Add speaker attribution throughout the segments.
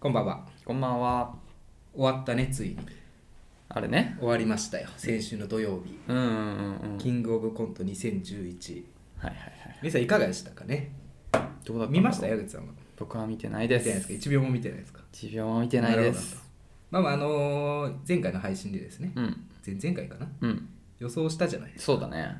Speaker 1: こんばんは。
Speaker 2: こんばんは。
Speaker 1: 終わったね、ついに。
Speaker 2: あれね。
Speaker 1: 終わりましたよ。先週の土曜日。
Speaker 2: うんうんうんうん。
Speaker 1: キングオブコント2011。
Speaker 2: はいはいはい。
Speaker 1: 皆さんいかがでしたかね
Speaker 2: どうだったんだろう
Speaker 1: 見ました矢口さんは。
Speaker 2: 僕は見てないで
Speaker 1: 見てないです
Speaker 2: す
Speaker 1: か。?1 秒も見てないですか
Speaker 2: 一秒も見てないで
Speaker 1: なるほ
Speaker 2: す
Speaker 1: ど。まあまあ、あのー前回の配信でですね、
Speaker 2: うん。
Speaker 1: 前前回かな
Speaker 2: うん。
Speaker 1: 予想したじゃないです
Speaker 2: そうだね。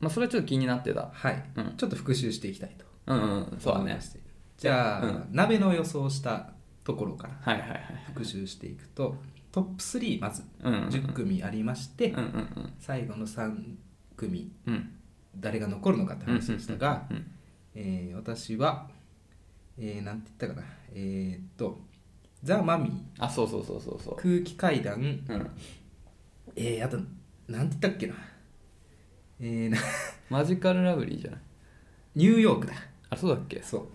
Speaker 2: まあ、それはちょっと気になってた
Speaker 1: か。。はい、
Speaker 2: うん
Speaker 1: ちょっと復習していきたいと
Speaker 2: うんうん。そうだ
Speaker 1: 思い
Speaker 2: ね
Speaker 1: ま。して。じゃあ、
Speaker 2: うん
Speaker 1: 鍋の予想したところから
Speaker 2: はいはいはい。
Speaker 1: 復習していくと、トップ3まず
Speaker 2: うんうんうん。
Speaker 1: 10組ありまして、
Speaker 2: うんうん
Speaker 1: 最後の3組
Speaker 2: うん。うん。
Speaker 1: 誰が残るのかって話でしたが、
Speaker 2: うん。
Speaker 1: えー私は、えーなんて言ったかな、えーっと、ザ・マミー、
Speaker 2: あ、そうそうそうそうそ
Speaker 1: 空気階段、
Speaker 2: う。うん。
Speaker 1: えー、あと、なんて言ったっけな、えーな
Speaker 2: マジカルラブリーじゃない。
Speaker 1: ニューヨークだ。
Speaker 2: あ、そうだっけ
Speaker 1: そう。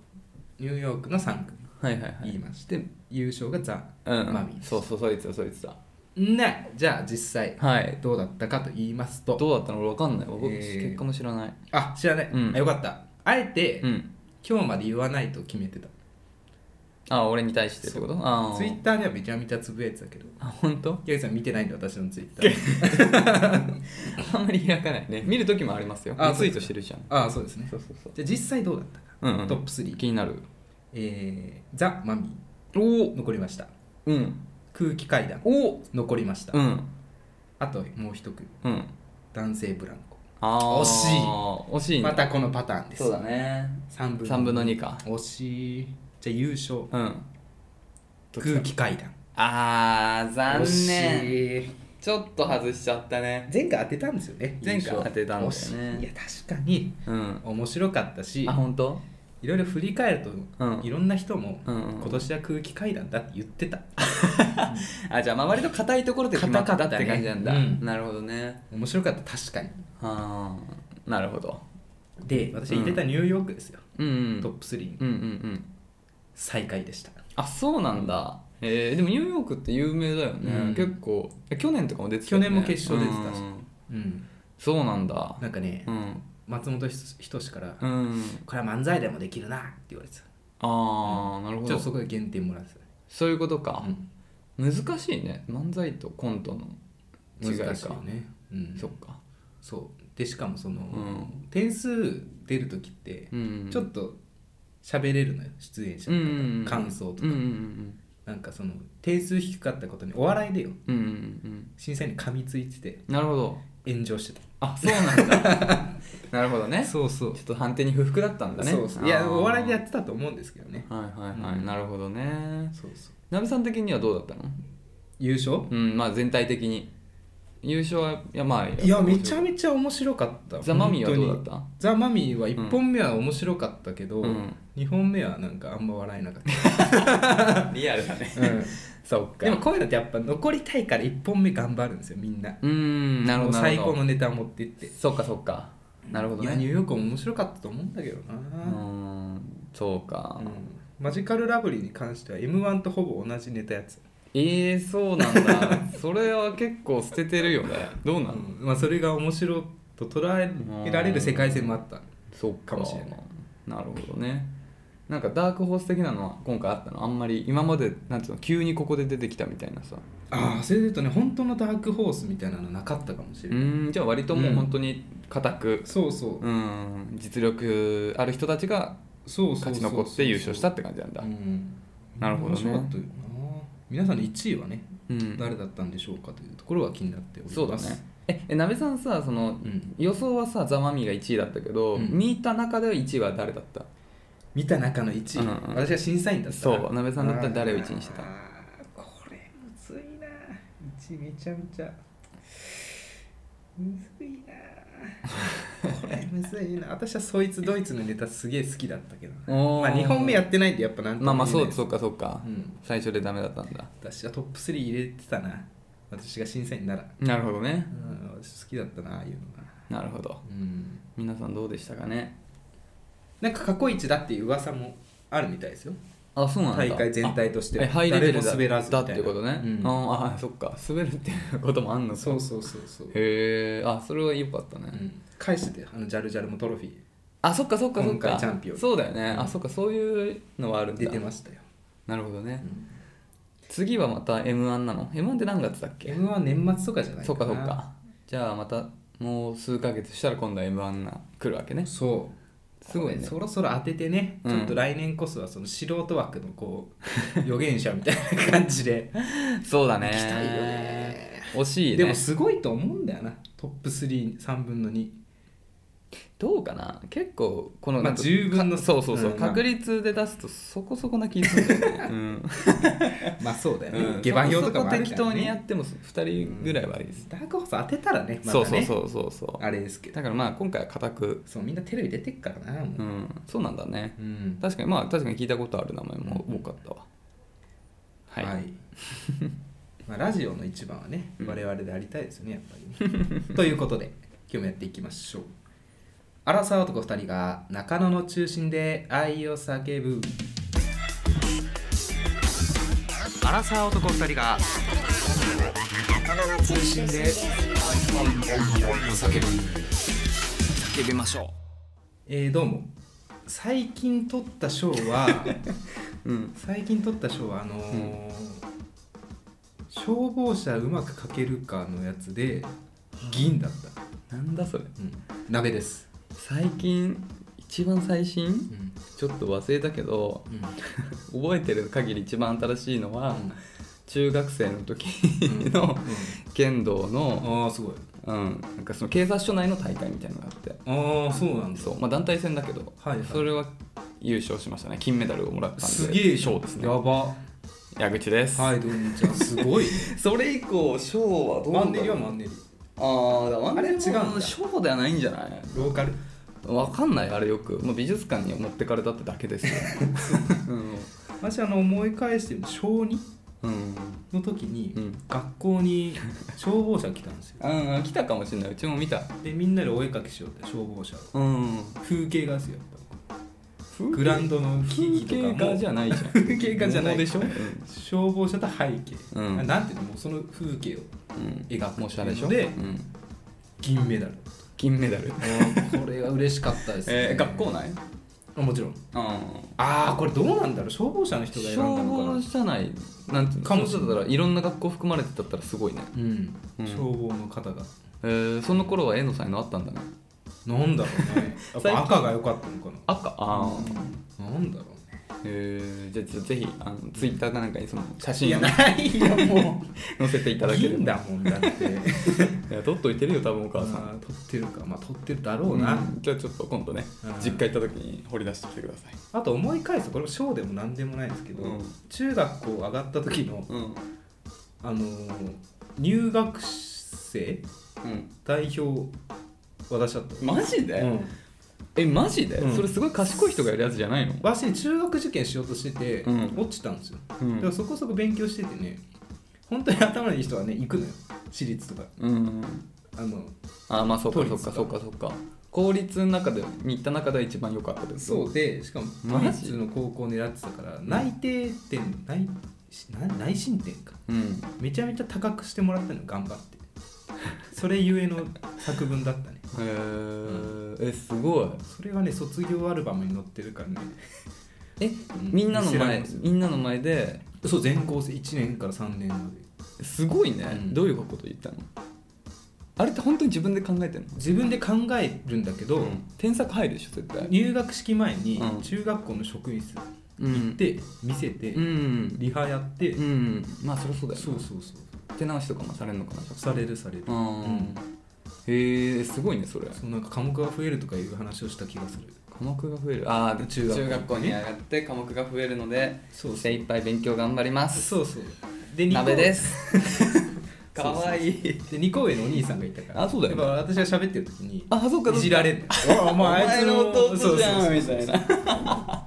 Speaker 1: ニューヨークの3組
Speaker 2: はいはいはい。
Speaker 1: 言いまして、優勝がザ・
Speaker 2: うん。
Speaker 1: マミーです
Speaker 2: そうそう、そいつだ、そいつだ。
Speaker 1: ね、じゃあ実際、
Speaker 2: はい。
Speaker 1: どうだったかと言いますと、
Speaker 2: どうだったの俺わかんない。僕、
Speaker 1: えー
Speaker 2: 結果も知らない。
Speaker 1: あ、知らない、
Speaker 2: うん
Speaker 1: あよかった。あえて、
Speaker 2: うん。
Speaker 1: 今日まで言わないと決めてた。
Speaker 2: あ、俺に対してってことああ。
Speaker 1: ツイッターではめちゃめちゃつぶやいてたけど、
Speaker 2: あ、本当？
Speaker 1: ヤギさん見てないんで私のツイッター。
Speaker 2: あんまり開かないね見る時もありますよ
Speaker 1: あ
Speaker 2: リツイートしてるじゃん
Speaker 1: ああ、そうですね。
Speaker 2: そうそうそう
Speaker 1: じゃあ実際どうだったか。
Speaker 2: うん、うん、
Speaker 1: トップ3、
Speaker 2: 気になる
Speaker 1: えー、ザ・マミ
Speaker 2: お
Speaker 1: ー
Speaker 2: お
Speaker 1: 残りました
Speaker 2: うん
Speaker 1: 空気階段
Speaker 2: おお
Speaker 1: 残りました、
Speaker 2: うん
Speaker 1: あともう一組
Speaker 2: うん
Speaker 1: 男性ブランコ
Speaker 2: ああ
Speaker 1: 惜しい
Speaker 2: 惜しいね
Speaker 1: またこのパターンです
Speaker 2: そうだね
Speaker 1: 3分
Speaker 2: 3分の2か
Speaker 1: 惜しいじゃあ優勝
Speaker 2: うん
Speaker 1: 空気階段
Speaker 2: あー残念
Speaker 1: 惜しい
Speaker 2: ちょっと外しちゃったね
Speaker 1: 前回当てたんですよね
Speaker 2: 前回
Speaker 1: 優勝
Speaker 2: 当てたんだよね
Speaker 1: 惜しいいや確かに
Speaker 2: うん
Speaker 1: 面白かったし
Speaker 2: あ本当？
Speaker 1: いろいろ振り返ると、
Speaker 2: うん
Speaker 1: いろんな人も、
Speaker 2: うんうん
Speaker 1: 今年は空気階段だって言ってた
Speaker 2: あじゃあまあ割と硬いところで決まった
Speaker 1: 硬
Speaker 2: っ
Speaker 1: かったね
Speaker 2: て感じなんだ、
Speaker 1: うん
Speaker 2: なるほどね
Speaker 1: 面白かった確かに
Speaker 2: ああなるほど
Speaker 1: で私言ってたニューヨークですよ、
Speaker 2: うんうん
Speaker 1: トップ3
Speaker 2: うんうんうん
Speaker 1: 最下位でした
Speaker 2: あそうなんだ、えーでもニューヨークって有名だよね、
Speaker 1: うん
Speaker 2: 結構え去年とかも出てたよね
Speaker 1: 去年も決勝出てたし
Speaker 2: うん
Speaker 1: うん
Speaker 2: そうなんだ
Speaker 1: なんかね、
Speaker 2: うん、
Speaker 1: 松本人志から、
Speaker 2: うん、
Speaker 1: これは漫才でもできるなって言われてた
Speaker 2: ああなるほ
Speaker 1: ちょっ
Speaker 2: ど
Speaker 1: とそこで減点もらってた
Speaker 2: そういうことか
Speaker 1: う、ん
Speaker 2: 難しいね漫才とコントの違いか
Speaker 1: 難しいよね、うん、
Speaker 2: そっか
Speaker 1: そうでしかもその、
Speaker 2: ん
Speaker 1: 点数出る時って、
Speaker 2: うん
Speaker 1: ちょっと喋れるのよ出演者
Speaker 2: う
Speaker 1: の
Speaker 2: んうんうん
Speaker 1: 方が感想とか、
Speaker 2: うんうん
Speaker 1: なんかその点数低かったことにお笑いでよ
Speaker 2: うんうんうんうん
Speaker 1: 審査員に噛みついてて
Speaker 2: なるほど
Speaker 1: 炎上して
Speaker 2: あそうなん だなるほど
Speaker 1: た
Speaker 2: ねちょ
Speaker 1: そうそう
Speaker 2: っと判定に不服だったんだね
Speaker 1: そうそういやお笑いでや
Speaker 2: っ
Speaker 1: ってたと思うんですけどね
Speaker 2: はいはいはい、
Speaker 1: うん
Speaker 2: なるほどね
Speaker 1: そうそう
Speaker 2: なべさん的にはどうだったの
Speaker 1: 優勝
Speaker 2: うんまあ全体的に優勝はいやまあ
Speaker 1: いやめちゃ
Speaker 2: ち
Speaker 1: めちゃ面白かった
Speaker 2: ザ・マミーはどうだっ
Speaker 1: 本当に
Speaker 2: た
Speaker 1: ザ・マミーは1本目は面白かったけど、
Speaker 2: うん
Speaker 1: 2本目はなんかあんま笑えなかっ
Speaker 2: リアルだね
Speaker 1: た、 うん
Speaker 2: そっか
Speaker 1: でもこういうのってやっぱ残りたいから1本目頑張るんですよみんな
Speaker 2: うーんなるほどなる
Speaker 1: 最
Speaker 2: ほど
Speaker 1: 高のネタ持ってって
Speaker 2: そっかそっかなるほど
Speaker 1: いやニュ
Speaker 2: ね
Speaker 1: ーヨークも面白かったと思うんだけど
Speaker 2: うー
Speaker 1: な、
Speaker 2: んそうか、
Speaker 1: うんマジカルラブリーに関しては m 1とほぼ同じネタやつ、
Speaker 2: ええー、そうなんだ それは結構捨ててるよねどうなの、
Speaker 1: うんまあ、それが面白いと捉えられる世界線もあった
Speaker 2: そうか
Speaker 1: かもしれない
Speaker 2: なるほどねなんかダークホース的なのは今回あったのあんまり今までなんていうの急にここで出てきたみたいなさ
Speaker 1: ああそれで言うとね本当のダークホースみたいなのなかったかもし
Speaker 2: う
Speaker 1: れない、
Speaker 2: ーんじゃあ割ともう本当に固く
Speaker 1: そうそう、
Speaker 2: うん実力ある人たちが
Speaker 1: そうそうそうそう
Speaker 2: 勝ち残って優勝したって感じなんだ
Speaker 1: うん、
Speaker 2: なるほど
Speaker 1: 面
Speaker 2: ね
Speaker 1: 白かったよな皆さんの1位はね、
Speaker 2: うん
Speaker 1: 誰だったんでしょうかというところは気になっております
Speaker 2: そうだねええなべさんさその、
Speaker 1: ん
Speaker 2: 予想はさザ・マミーが1位だったけど、
Speaker 1: うん
Speaker 2: 見た中では1位は誰だった
Speaker 1: 見た中の1位、
Speaker 2: うんうん
Speaker 1: 私が審査員だった
Speaker 2: そうなべさんだったら誰を一位にしてた
Speaker 1: あーこれむずいな1位めちゃめちゃむずいなこれむずいな私はそいつドイツのネタすげえ好きだったけどな
Speaker 2: おー
Speaker 1: まあ2本目やってないんでやっぱなんとも
Speaker 2: まあまあ
Speaker 1: 言え
Speaker 2: そ
Speaker 1: ないう
Speaker 2: そっかそっか、
Speaker 1: うん
Speaker 2: 最初でダメだったんだ
Speaker 1: 私はトップ3入れてたな私が審査員なら
Speaker 2: なるほどね
Speaker 1: うん、私好きだったなああいうのが、
Speaker 2: なるほど
Speaker 1: うん、
Speaker 2: 皆さんどうでしたかね
Speaker 1: なんか過去一だっていう噂もあるみたいですよ
Speaker 2: あそうなんだ
Speaker 1: 大会全体として
Speaker 2: あえハイレベルだ
Speaker 1: 誰も滑らずみた
Speaker 2: だ
Speaker 1: い
Speaker 2: っ
Speaker 1: な
Speaker 2: ていうことね、
Speaker 1: うん
Speaker 2: ああそっか滑るっていうこともあんのか
Speaker 1: そうそうそうそう、
Speaker 2: へえあそれは良かったね、
Speaker 1: うん、返してたよあのジャルジャルもトロフィー
Speaker 2: あそっかそっかそっ
Speaker 1: 今
Speaker 2: か
Speaker 1: 回チャンピオン
Speaker 2: そうだよね、
Speaker 1: うん
Speaker 2: あそっかそういうのはあるんだ
Speaker 1: 出てましたよ
Speaker 2: なるほどね、次はまた m 1なの m 1って何月だっけ
Speaker 1: M は年末とかじゃない
Speaker 2: そっかそっ
Speaker 1: な
Speaker 2: かじゃあまたもう数ヶ月したら今度は m 1が来るわ けね
Speaker 1: そう
Speaker 2: すごい
Speaker 1: これ
Speaker 2: ね
Speaker 1: そろそろ当ててね、
Speaker 2: うん
Speaker 1: ちょっと来年こそはその素人枠のこう 予言者みたいな感じで
Speaker 2: そうだね
Speaker 1: 行きたいよね
Speaker 2: 惜しいね
Speaker 1: でもすごいと思うんだよなトップ33分の2
Speaker 2: どうかな結構この
Speaker 1: まあ
Speaker 2: なんか
Speaker 1: 10分の
Speaker 2: かそうそうそう、
Speaker 1: うん
Speaker 2: 確率で出すとそこそこな気がするんだ よね、うん
Speaker 1: まあそうだよね、
Speaker 2: うん
Speaker 1: 下番用とかもあるから、ね、
Speaker 2: そこ適当にやっても2人ぐらいはいいです、
Speaker 1: ダークホース当てたらね,、また
Speaker 2: そ
Speaker 1: ね
Speaker 2: うそうそうそうそう
Speaker 1: あれですけど
Speaker 2: だからまあ今回は固く、
Speaker 1: そうみんなテレビ出てっからなもう、
Speaker 2: うん、そうなんだね
Speaker 1: うん
Speaker 2: 確かにまあ確かに聞いたことある名前も多かったわ、はい、
Speaker 1: まあ、ラジオの一番はね
Speaker 2: うん
Speaker 1: 我々でありたいですよねやっぱりね、 ということで今日もやっていきましょうアラサー男2人が中野の中心で愛を叫ぶアラサー男2人が中心で
Speaker 2: 叫びましょ
Speaker 1: えー、どうも最近取った賞 は
Speaker 2: ううん
Speaker 1: 最近取った賞はあのー消防車うまくかけるかのやつで銀だった、
Speaker 2: なんだそれ
Speaker 1: うん、鍋です、
Speaker 2: 最近一番最新ちょっと忘れたけど
Speaker 1: うん
Speaker 2: 覚えてる限り一番新しいのは、中学生の時
Speaker 1: うん
Speaker 2: の剣道の,、
Speaker 1: ああすごい
Speaker 2: うん、なんかその警察署内の大会みたいなのがあって
Speaker 1: ああそうなんだ
Speaker 2: そう、まあ、団体戦だけど、
Speaker 1: はいはい
Speaker 2: それは優勝しましたね金メダルをもらったんです
Speaker 1: げえ
Speaker 2: 賞ですね
Speaker 1: やば
Speaker 2: 矢口です、
Speaker 1: はいどうもちゃんすご い
Speaker 2: それ以降賞はどう
Speaker 1: マンネリはマンネリ
Speaker 2: ああだから
Speaker 1: あれ違うんだ
Speaker 2: 賞ではないんじゃない
Speaker 1: ローカル
Speaker 2: わかんないあれよくもう美術館に持ってかれたってだけですよ、
Speaker 1: 私あの思い返してみる小2
Speaker 2: うんうん
Speaker 1: の時に、
Speaker 2: うん
Speaker 1: 学校に消防車来たんですよ
Speaker 2: あー来たかもしれないうちも見た
Speaker 1: でみんなでお絵かきしようって消防車を
Speaker 2: うん
Speaker 1: 風景画ですよやっぱグラウンドの
Speaker 2: 風
Speaker 1: 木
Speaker 2: 景
Speaker 1: 々とか
Speaker 2: 画
Speaker 1: も
Speaker 2: じゃないじゃん
Speaker 1: 風景画じゃない
Speaker 2: 物でしょ、うん
Speaker 1: 消防車と背景、
Speaker 2: うん
Speaker 1: あなんていうのもうその風景を
Speaker 2: うん、
Speaker 1: 描く
Speaker 2: もうしゃれでしょ、
Speaker 1: で
Speaker 2: うん
Speaker 1: 銀メダル
Speaker 2: 金メダル、
Speaker 1: これは嬉しかったで
Speaker 2: えー、学校内
Speaker 1: あもちろん
Speaker 2: あ
Speaker 1: ああこれどうなんだろう消防車の人が選んだの
Speaker 2: 消
Speaker 1: か
Speaker 2: 防
Speaker 1: な
Speaker 2: 車内なんていうの
Speaker 1: かもしれない
Speaker 2: そうだったらいろんな学校含まれてたったらすごいね、
Speaker 1: うん、
Speaker 2: うん
Speaker 1: 消防の方が
Speaker 2: えー、その頃は絵の才能あったんだね
Speaker 1: なんだろう ねやっぱ赤が良かったのか
Speaker 2: 赤ああ
Speaker 1: ななんだろうね
Speaker 2: えー、じゃあじゃあぜひあのツイッターかなんかにその写真
Speaker 1: い
Speaker 2: を
Speaker 1: よも
Speaker 2: 載せていただける
Speaker 1: 銀だもんだって
Speaker 2: いや撮っといてるよ多 分お母さん、
Speaker 1: まあ撮ってるかまあ撮ってるだろうな、
Speaker 2: んじゃあちょっと今度ね
Speaker 1: うん
Speaker 2: 実家行った時に掘り出してきてください
Speaker 1: あと思い返すとこれも小でも何でもないですけど、
Speaker 2: うん
Speaker 1: 中学校上がった時の
Speaker 2: うん
Speaker 1: あのー入学生
Speaker 2: うん
Speaker 1: 代表私だった、
Speaker 2: マジで、
Speaker 1: うん、
Speaker 2: えマジで、
Speaker 1: うん
Speaker 2: それすごい賢い人がやるやつじゃないの、
Speaker 1: 私中学受験しようとしてて、
Speaker 2: うん
Speaker 1: 落ちたんですよ
Speaker 2: う
Speaker 1: だ
Speaker 2: ん
Speaker 1: からそこそこ勉強しててね本当に頭のいい人はね行くのよ私立とか
Speaker 2: うん、
Speaker 1: あの
Speaker 2: あまあそっか
Speaker 1: 都立
Speaker 2: そっかそっかそっか公立の中でに行った中で一番良かったです
Speaker 1: そうでしかも
Speaker 2: マ
Speaker 1: 都
Speaker 2: ジ
Speaker 1: 立の高校狙ってたから内定点内な内申点か
Speaker 2: うん
Speaker 1: めちゃめちゃ高くしてもらったのよ頑張ってそれゆえの作文だったね
Speaker 2: へーえすごい
Speaker 1: それがね卒業アルバムに載ってるからね
Speaker 2: えみんなの
Speaker 1: 見せられ
Speaker 2: 前
Speaker 1: ますよ
Speaker 2: みんなの前で
Speaker 1: そう全校生1年から3年まです
Speaker 2: ごいね、
Speaker 1: うん
Speaker 2: どういうこと言ったのあれって本当に自分で考えてんの
Speaker 1: 自分で考えるんだけど、
Speaker 2: うん添削入るでしょ絶対
Speaker 1: 入学式前に
Speaker 2: うん
Speaker 1: 中学校の職員室
Speaker 2: 行
Speaker 1: で見せて、
Speaker 2: うん
Speaker 1: リハやって、
Speaker 2: うんまあそりゃそうだよな
Speaker 1: そうそうそう
Speaker 2: 手直しとかもされるのかな
Speaker 1: されるされる、
Speaker 2: うん、
Speaker 1: うん
Speaker 2: へえすごいねそれ
Speaker 1: そうなんか科目が増えるとかいう話をした気がする
Speaker 2: 科目が増えるああ
Speaker 1: 中学校
Speaker 2: 校に上がって科目が増えるので
Speaker 1: そうそう
Speaker 2: 精一杯勉強頑張ります
Speaker 1: そうそうで
Speaker 2: 鍋です すかわいい
Speaker 1: で2個上のお兄さんがいたから
Speaker 2: あそうだよね
Speaker 1: やっぱ私が喋ってる時に
Speaker 2: あそっか
Speaker 1: いじられんのよおいお
Speaker 2: お前
Speaker 1: あいつ
Speaker 2: の弟じゃん
Speaker 1: そうそう
Speaker 2: みたいな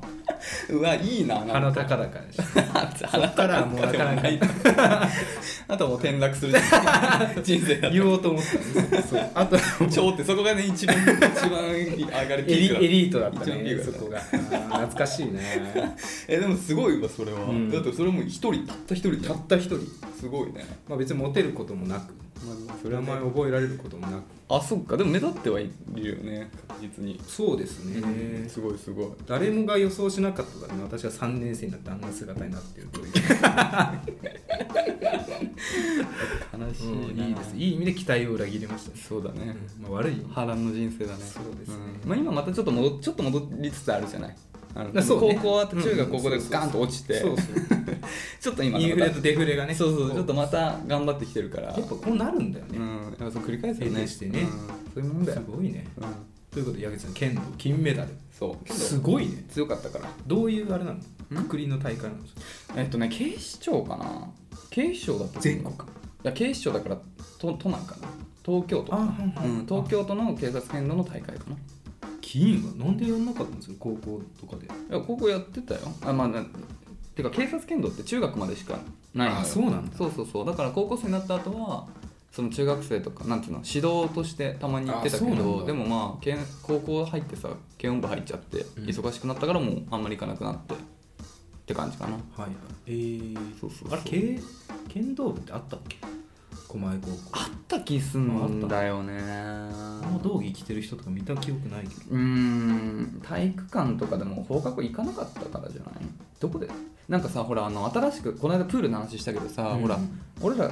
Speaker 2: うわいいな
Speaker 1: そう鼻
Speaker 2: か
Speaker 1: 高々でし
Speaker 2: そっ
Speaker 1: からはもうなかなか
Speaker 2: あとはもう転落するじゃん 人生だ
Speaker 1: た言おうと思ったんですそうあと
Speaker 2: 頂点そこがね一番一番上が
Speaker 1: エ
Speaker 2: るピ
Speaker 1: リ
Speaker 2: ークだった
Speaker 1: エリートだった
Speaker 2: 一番ピー
Speaker 1: ね
Speaker 2: クだ
Speaker 1: そ
Speaker 2: った
Speaker 1: こがあー懐かしい ね
Speaker 2: えでもすごいわそれは、
Speaker 1: うん
Speaker 2: だってそれも一人たった一人じ
Speaker 1: た
Speaker 2: ゃん
Speaker 1: った一人
Speaker 2: すごいね
Speaker 1: まあ別にモテることもなくまず名前覚えられることもなく
Speaker 2: あそっかでも目立ってはいるよね確実に
Speaker 1: そうですね、
Speaker 2: うんすごいすごい
Speaker 1: 誰もが予想しなかったからね私が3年生になってあんな姿になってるという、
Speaker 2: 悲しいな、
Speaker 1: いいですいい意味で期待を裏切りましたね、
Speaker 2: そうだね、
Speaker 1: うんまあ、悪い
Speaker 2: 波乱の人生だね
Speaker 1: そうですね
Speaker 2: んまあ、今またちょっと戻っちょっと戻りつつあるじゃないあの
Speaker 1: あそうね
Speaker 2: 高校は中学
Speaker 1: うんう
Speaker 2: 高
Speaker 1: ん
Speaker 2: 校でガンと落ちて、
Speaker 1: そうそう
Speaker 2: ちょっと今
Speaker 1: インフレとデフレが
Speaker 2: ね
Speaker 1: ね
Speaker 2: そうそうちょっとまた頑張ってきてるか
Speaker 1: や
Speaker 2: ら
Speaker 1: っぱこうなるんだよ
Speaker 2: う
Speaker 1: ね、
Speaker 2: んやっぱそう繰り返すよ
Speaker 1: 経
Speaker 2: ね
Speaker 1: 験してね
Speaker 2: うんそういうもんだ
Speaker 1: す
Speaker 2: よ、
Speaker 1: ごいね
Speaker 2: うん、
Speaker 1: ということで八木さん剣道金メダル
Speaker 2: そう
Speaker 1: すごいね
Speaker 2: 強かったから
Speaker 1: どういうあれなのくくりの大会なんですか
Speaker 2: えっとね警視庁かな警視庁だと
Speaker 1: 全国
Speaker 2: いや警視庁だから都都内かな東京都
Speaker 1: あはいはい
Speaker 2: うん、東京都の警察剣道の大会かな
Speaker 1: 議員はなんでやんなかったんですか高校とかで
Speaker 2: いや高校やってたよあまあなてか警察剣道って中学までしかないのよ
Speaker 1: あそうなんだ
Speaker 2: そうそうそうだから高校生になった後はその中学生とかなんていうの指導としてたまに行ってたけ
Speaker 1: あそうなんだ
Speaker 2: どでもまあ剣高校入ってさ軽音部入っちゃって
Speaker 1: うん
Speaker 2: 忙しくなったからもうあんまり行かなくなってって感じかな
Speaker 1: はいえー、
Speaker 2: そうそうそう
Speaker 1: あれ剣剣道部ってあったっけ狛江高校
Speaker 2: あった気すん
Speaker 1: んだ
Speaker 2: よね
Speaker 1: この道着着てる人とか見た記憶ないけど
Speaker 2: うーん体育館とかでも放課後行かなかったからじゃないどこでなんかさほらあの新しくこの間プールの話したけどさ、
Speaker 1: うん
Speaker 2: ほら俺ら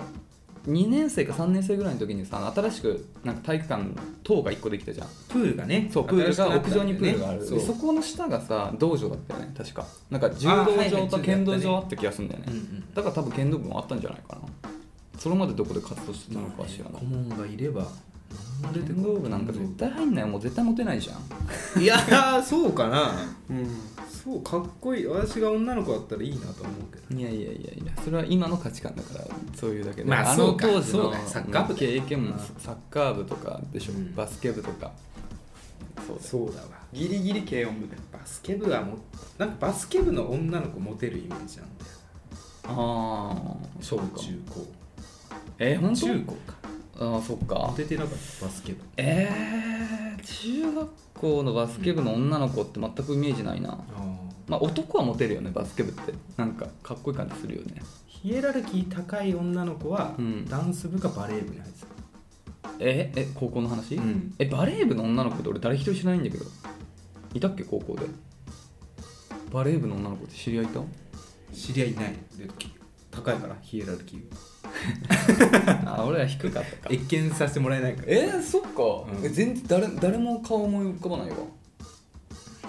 Speaker 2: 2年生か3年生ぐらいの時にさ新しくなんか体育館の塔が1個できたじゃん
Speaker 1: プールがね
Speaker 2: そうプー
Speaker 1: 新
Speaker 2: ルが
Speaker 1: しくな
Speaker 2: 屋
Speaker 1: ったん
Speaker 2: 上
Speaker 1: だよね
Speaker 2: にプールがある
Speaker 1: そ
Speaker 2: そうそこの下がさ道場だったよね確かなんか柔
Speaker 1: あーはい
Speaker 2: 道
Speaker 1: はい
Speaker 2: 場と剣道場あった気がするんだよね
Speaker 1: うんうん
Speaker 2: だから多分剣道部もあったんじゃないかなそれまでどこで活動してたのかは知らない
Speaker 1: 顧問がいれば何も出て
Speaker 2: 剣道部なんか絶対入んないよもう絶対モテないじゃん
Speaker 1: いやーそうかな
Speaker 2: うん
Speaker 1: そうかっこいい私が女の子だったらいいなと思うけど
Speaker 2: いやいやいやいやそれは今の価値観だからそういうだけで、
Speaker 1: まあ
Speaker 2: の
Speaker 1: そうか
Speaker 2: 当時
Speaker 1: そう
Speaker 2: の
Speaker 1: かサッカー部だよ
Speaker 2: 経験
Speaker 1: うん
Speaker 2: もサッカー部とかでしょ、
Speaker 1: うん
Speaker 2: バスケ部とかそうです
Speaker 1: そうだわ
Speaker 2: ギリギリ軽音部で
Speaker 1: バスケ部はもなんかバスケ部の女の子モテるイメージなんだよ
Speaker 2: ああ
Speaker 1: 小
Speaker 2: か
Speaker 1: 中高
Speaker 2: え本当
Speaker 1: 中高か
Speaker 2: ああそっ
Speaker 1: モ
Speaker 2: か
Speaker 1: テてなかったバスケ部
Speaker 2: えー、中学校のバスケ部の女の子って全くイメージないな、
Speaker 1: ああ
Speaker 2: まあ男はモテるよねバスケ部ってなんかかっこいい感じするよね
Speaker 1: ヒエラルキー高い女の子は、
Speaker 2: うん
Speaker 1: ダンス部かバレー部に入って
Speaker 2: ええ高校の話、
Speaker 1: た、ん、
Speaker 2: えバレー部の女の子って俺誰一人知らないんだけどいたっけ高校でバレー部の女の子って知り合い いた
Speaker 1: 知り合いいないで高いからヒエラルキーが
Speaker 2: あ俺ら低かったかえ
Speaker 1: 謁見させてもらえないから
Speaker 2: えーそっか、
Speaker 1: うん
Speaker 2: え全然誰誰も顔思い浮かばないわ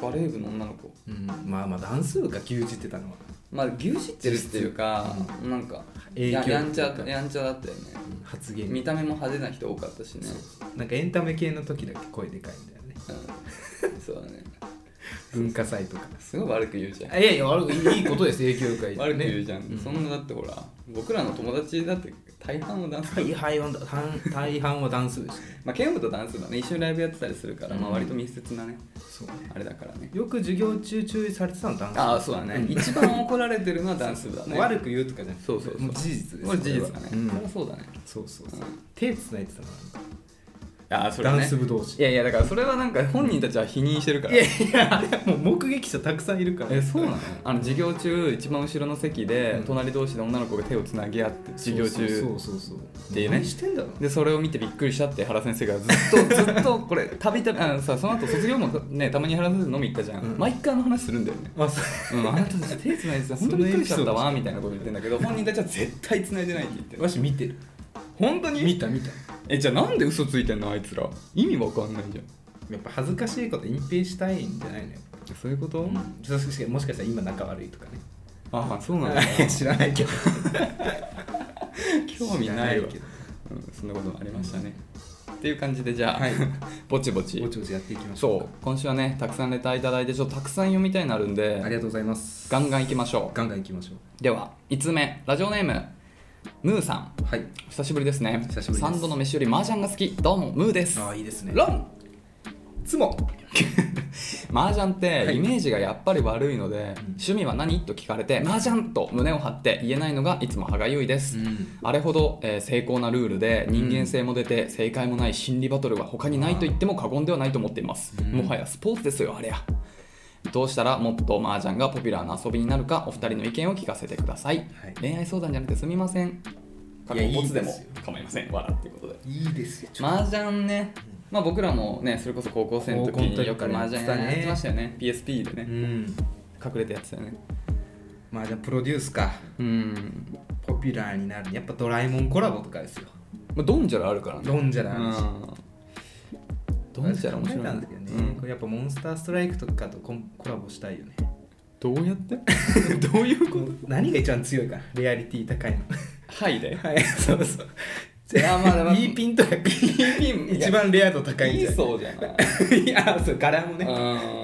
Speaker 2: バレー部の女の子
Speaker 1: うんまあまあダンス部が牛耳ってたのは
Speaker 2: まあ牛耳ってるっていうか、なんか
Speaker 1: 影響
Speaker 2: ややんちゃ
Speaker 1: というか
Speaker 2: やんちゃだったよね
Speaker 1: うん発言
Speaker 2: 見た目も派手な人多かったしね
Speaker 1: なんかエンタメ系の時だけ声でかいんだよね
Speaker 2: うんそうだね
Speaker 1: 文化祭とか
Speaker 2: すごい悪く言うじゃん
Speaker 1: いやいや悪いいいことです影響力がい
Speaker 2: 悪く言うじゃん、
Speaker 1: うん
Speaker 2: そんなだってほら僕らの友達だって大半はダンス
Speaker 1: 大半は大大半はダンス部ですね
Speaker 2: まあ、剣舞とダンスだね一緒にライブやってたりするから、まあ、
Speaker 1: うん
Speaker 2: 割と密接なね
Speaker 1: そうね
Speaker 2: あれだからね
Speaker 1: よく授業中注意されてたのダンス部
Speaker 2: ああそうだね、
Speaker 1: ん
Speaker 2: 一番怒られてるのはダンス部だね
Speaker 1: もう悪く言うとかじゃなくて
Speaker 2: そうそうそう
Speaker 1: もう事実です
Speaker 2: これ事実だね、
Speaker 1: これはうん
Speaker 2: それはそうだね
Speaker 1: そうそうそう、
Speaker 2: うん
Speaker 1: 手つないでたの
Speaker 2: ああそれ
Speaker 1: ダ
Speaker 2: は
Speaker 1: ン
Speaker 2: ね
Speaker 1: ス部同士
Speaker 2: いやいやだからそれはなんか本人たちは否認してるから、
Speaker 1: いやいやもう目撃者たくさんいるから
Speaker 2: えそうなのあの授業中一番後ろの席で、
Speaker 1: うん
Speaker 2: 隣同士で女の子が手をつなぎ合って授業中
Speaker 1: そうそうそうそう
Speaker 2: っていうね
Speaker 1: 何してんだろう
Speaker 2: でそれを見てびっくりしたって原先生がず っとずっとこれたびたびあのさその後卒業もねたまに原先生飲み行ったじゃん、
Speaker 1: うん
Speaker 2: 毎回あの話するんだよね
Speaker 1: あそう
Speaker 2: うん、あなたたち手つないでた本当にびっくりしちゃったわみたいなこと言ってんだけど本人たちは絶対つないでないって言ってる
Speaker 1: わし見てる
Speaker 2: 本当に
Speaker 1: 見た見た
Speaker 2: えじゃあなんで嘘ついてんのあいつら意味わかんないじゃん
Speaker 1: やっぱ恥ずかしいこと隠蔽したいんじゃないのよ、
Speaker 2: そういうこと、
Speaker 1: うん、そうしもしかしたら今仲悪いとかね
Speaker 2: ああそうなんだ
Speaker 1: 知らないけど
Speaker 2: 興味ないわ
Speaker 1: 知ら
Speaker 2: うん、そんなこともありましたね、っていう感じでじゃあ、
Speaker 1: はい
Speaker 2: ぼちぼち
Speaker 1: ぼちぼちやっていきましょう
Speaker 2: そう今週はねたくさんレターいただいてちょっとたくさん読みたいなるんで
Speaker 1: ありがとうございます
Speaker 2: ガンガンいきましょ
Speaker 1: ガンガンいきましょ
Speaker 2: うでは5つ目ラジオネームムーさん
Speaker 1: うはい
Speaker 2: 久しぶりですね
Speaker 1: 久しぶりです
Speaker 2: 3度の飯より麻雀が好きどうもムーです
Speaker 1: ああいいですね
Speaker 2: ロン
Speaker 1: つも
Speaker 2: 麻雀
Speaker 1: は
Speaker 2: って
Speaker 1: い
Speaker 2: イメージがやっぱり悪いので、趣味は何と聞かれて麻雀と胸を張って言えないのがいつも歯がゆいです、
Speaker 1: うん
Speaker 2: あれほど、えー精巧なルールで人間性も出て正解もない心理バトルは他にないと言っても過言ではないと思っています、
Speaker 1: うん
Speaker 2: もはやスポーツですよあれやどうしたらもっと麻雀がポピュラーな遊びになるかお二人の意見を聞かせてください、
Speaker 1: はい
Speaker 2: 恋愛相談じゃなくてすみません
Speaker 1: い
Speaker 3: 過
Speaker 1: や
Speaker 3: 去ボツで
Speaker 1: いいで
Speaker 3: も
Speaker 1: すよ
Speaker 3: 構いません笑っていうことで
Speaker 1: いいですよ
Speaker 2: 麻雀ね、まあ、僕らもねそれこそ高校生の時によく
Speaker 1: 高校
Speaker 2: 麻
Speaker 1: の時からや
Speaker 2: 雀
Speaker 1: ってたね
Speaker 2: やってましたよね PSP で
Speaker 1: う
Speaker 2: ね
Speaker 1: ん
Speaker 2: 隠れてやってたよね
Speaker 1: まあじゃあプロデュースか
Speaker 2: うん、
Speaker 1: ポピュラーになるやっぱドラえもんコラボとかですよ
Speaker 2: まあ、ドンジャラあるからね
Speaker 1: ドンジャラあるし
Speaker 2: うん、ドンジャラ面白い
Speaker 1: 考えたんですけどね、これやっぱモンスターストライクとかとコンコラボしたいよね
Speaker 2: うん、どうやって どういうこ
Speaker 1: 何が一番強いかレアリティ高いの
Speaker 2: はいで
Speaker 1: はいそうそうじゃあ
Speaker 2: いやまあまあ
Speaker 1: いいピンとか一番レア度高いん
Speaker 2: い
Speaker 1: じ
Speaker 2: い
Speaker 1: ゃない
Speaker 2: そうじゃない
Speaker 1: いやそう柄もね
Speaker 2: う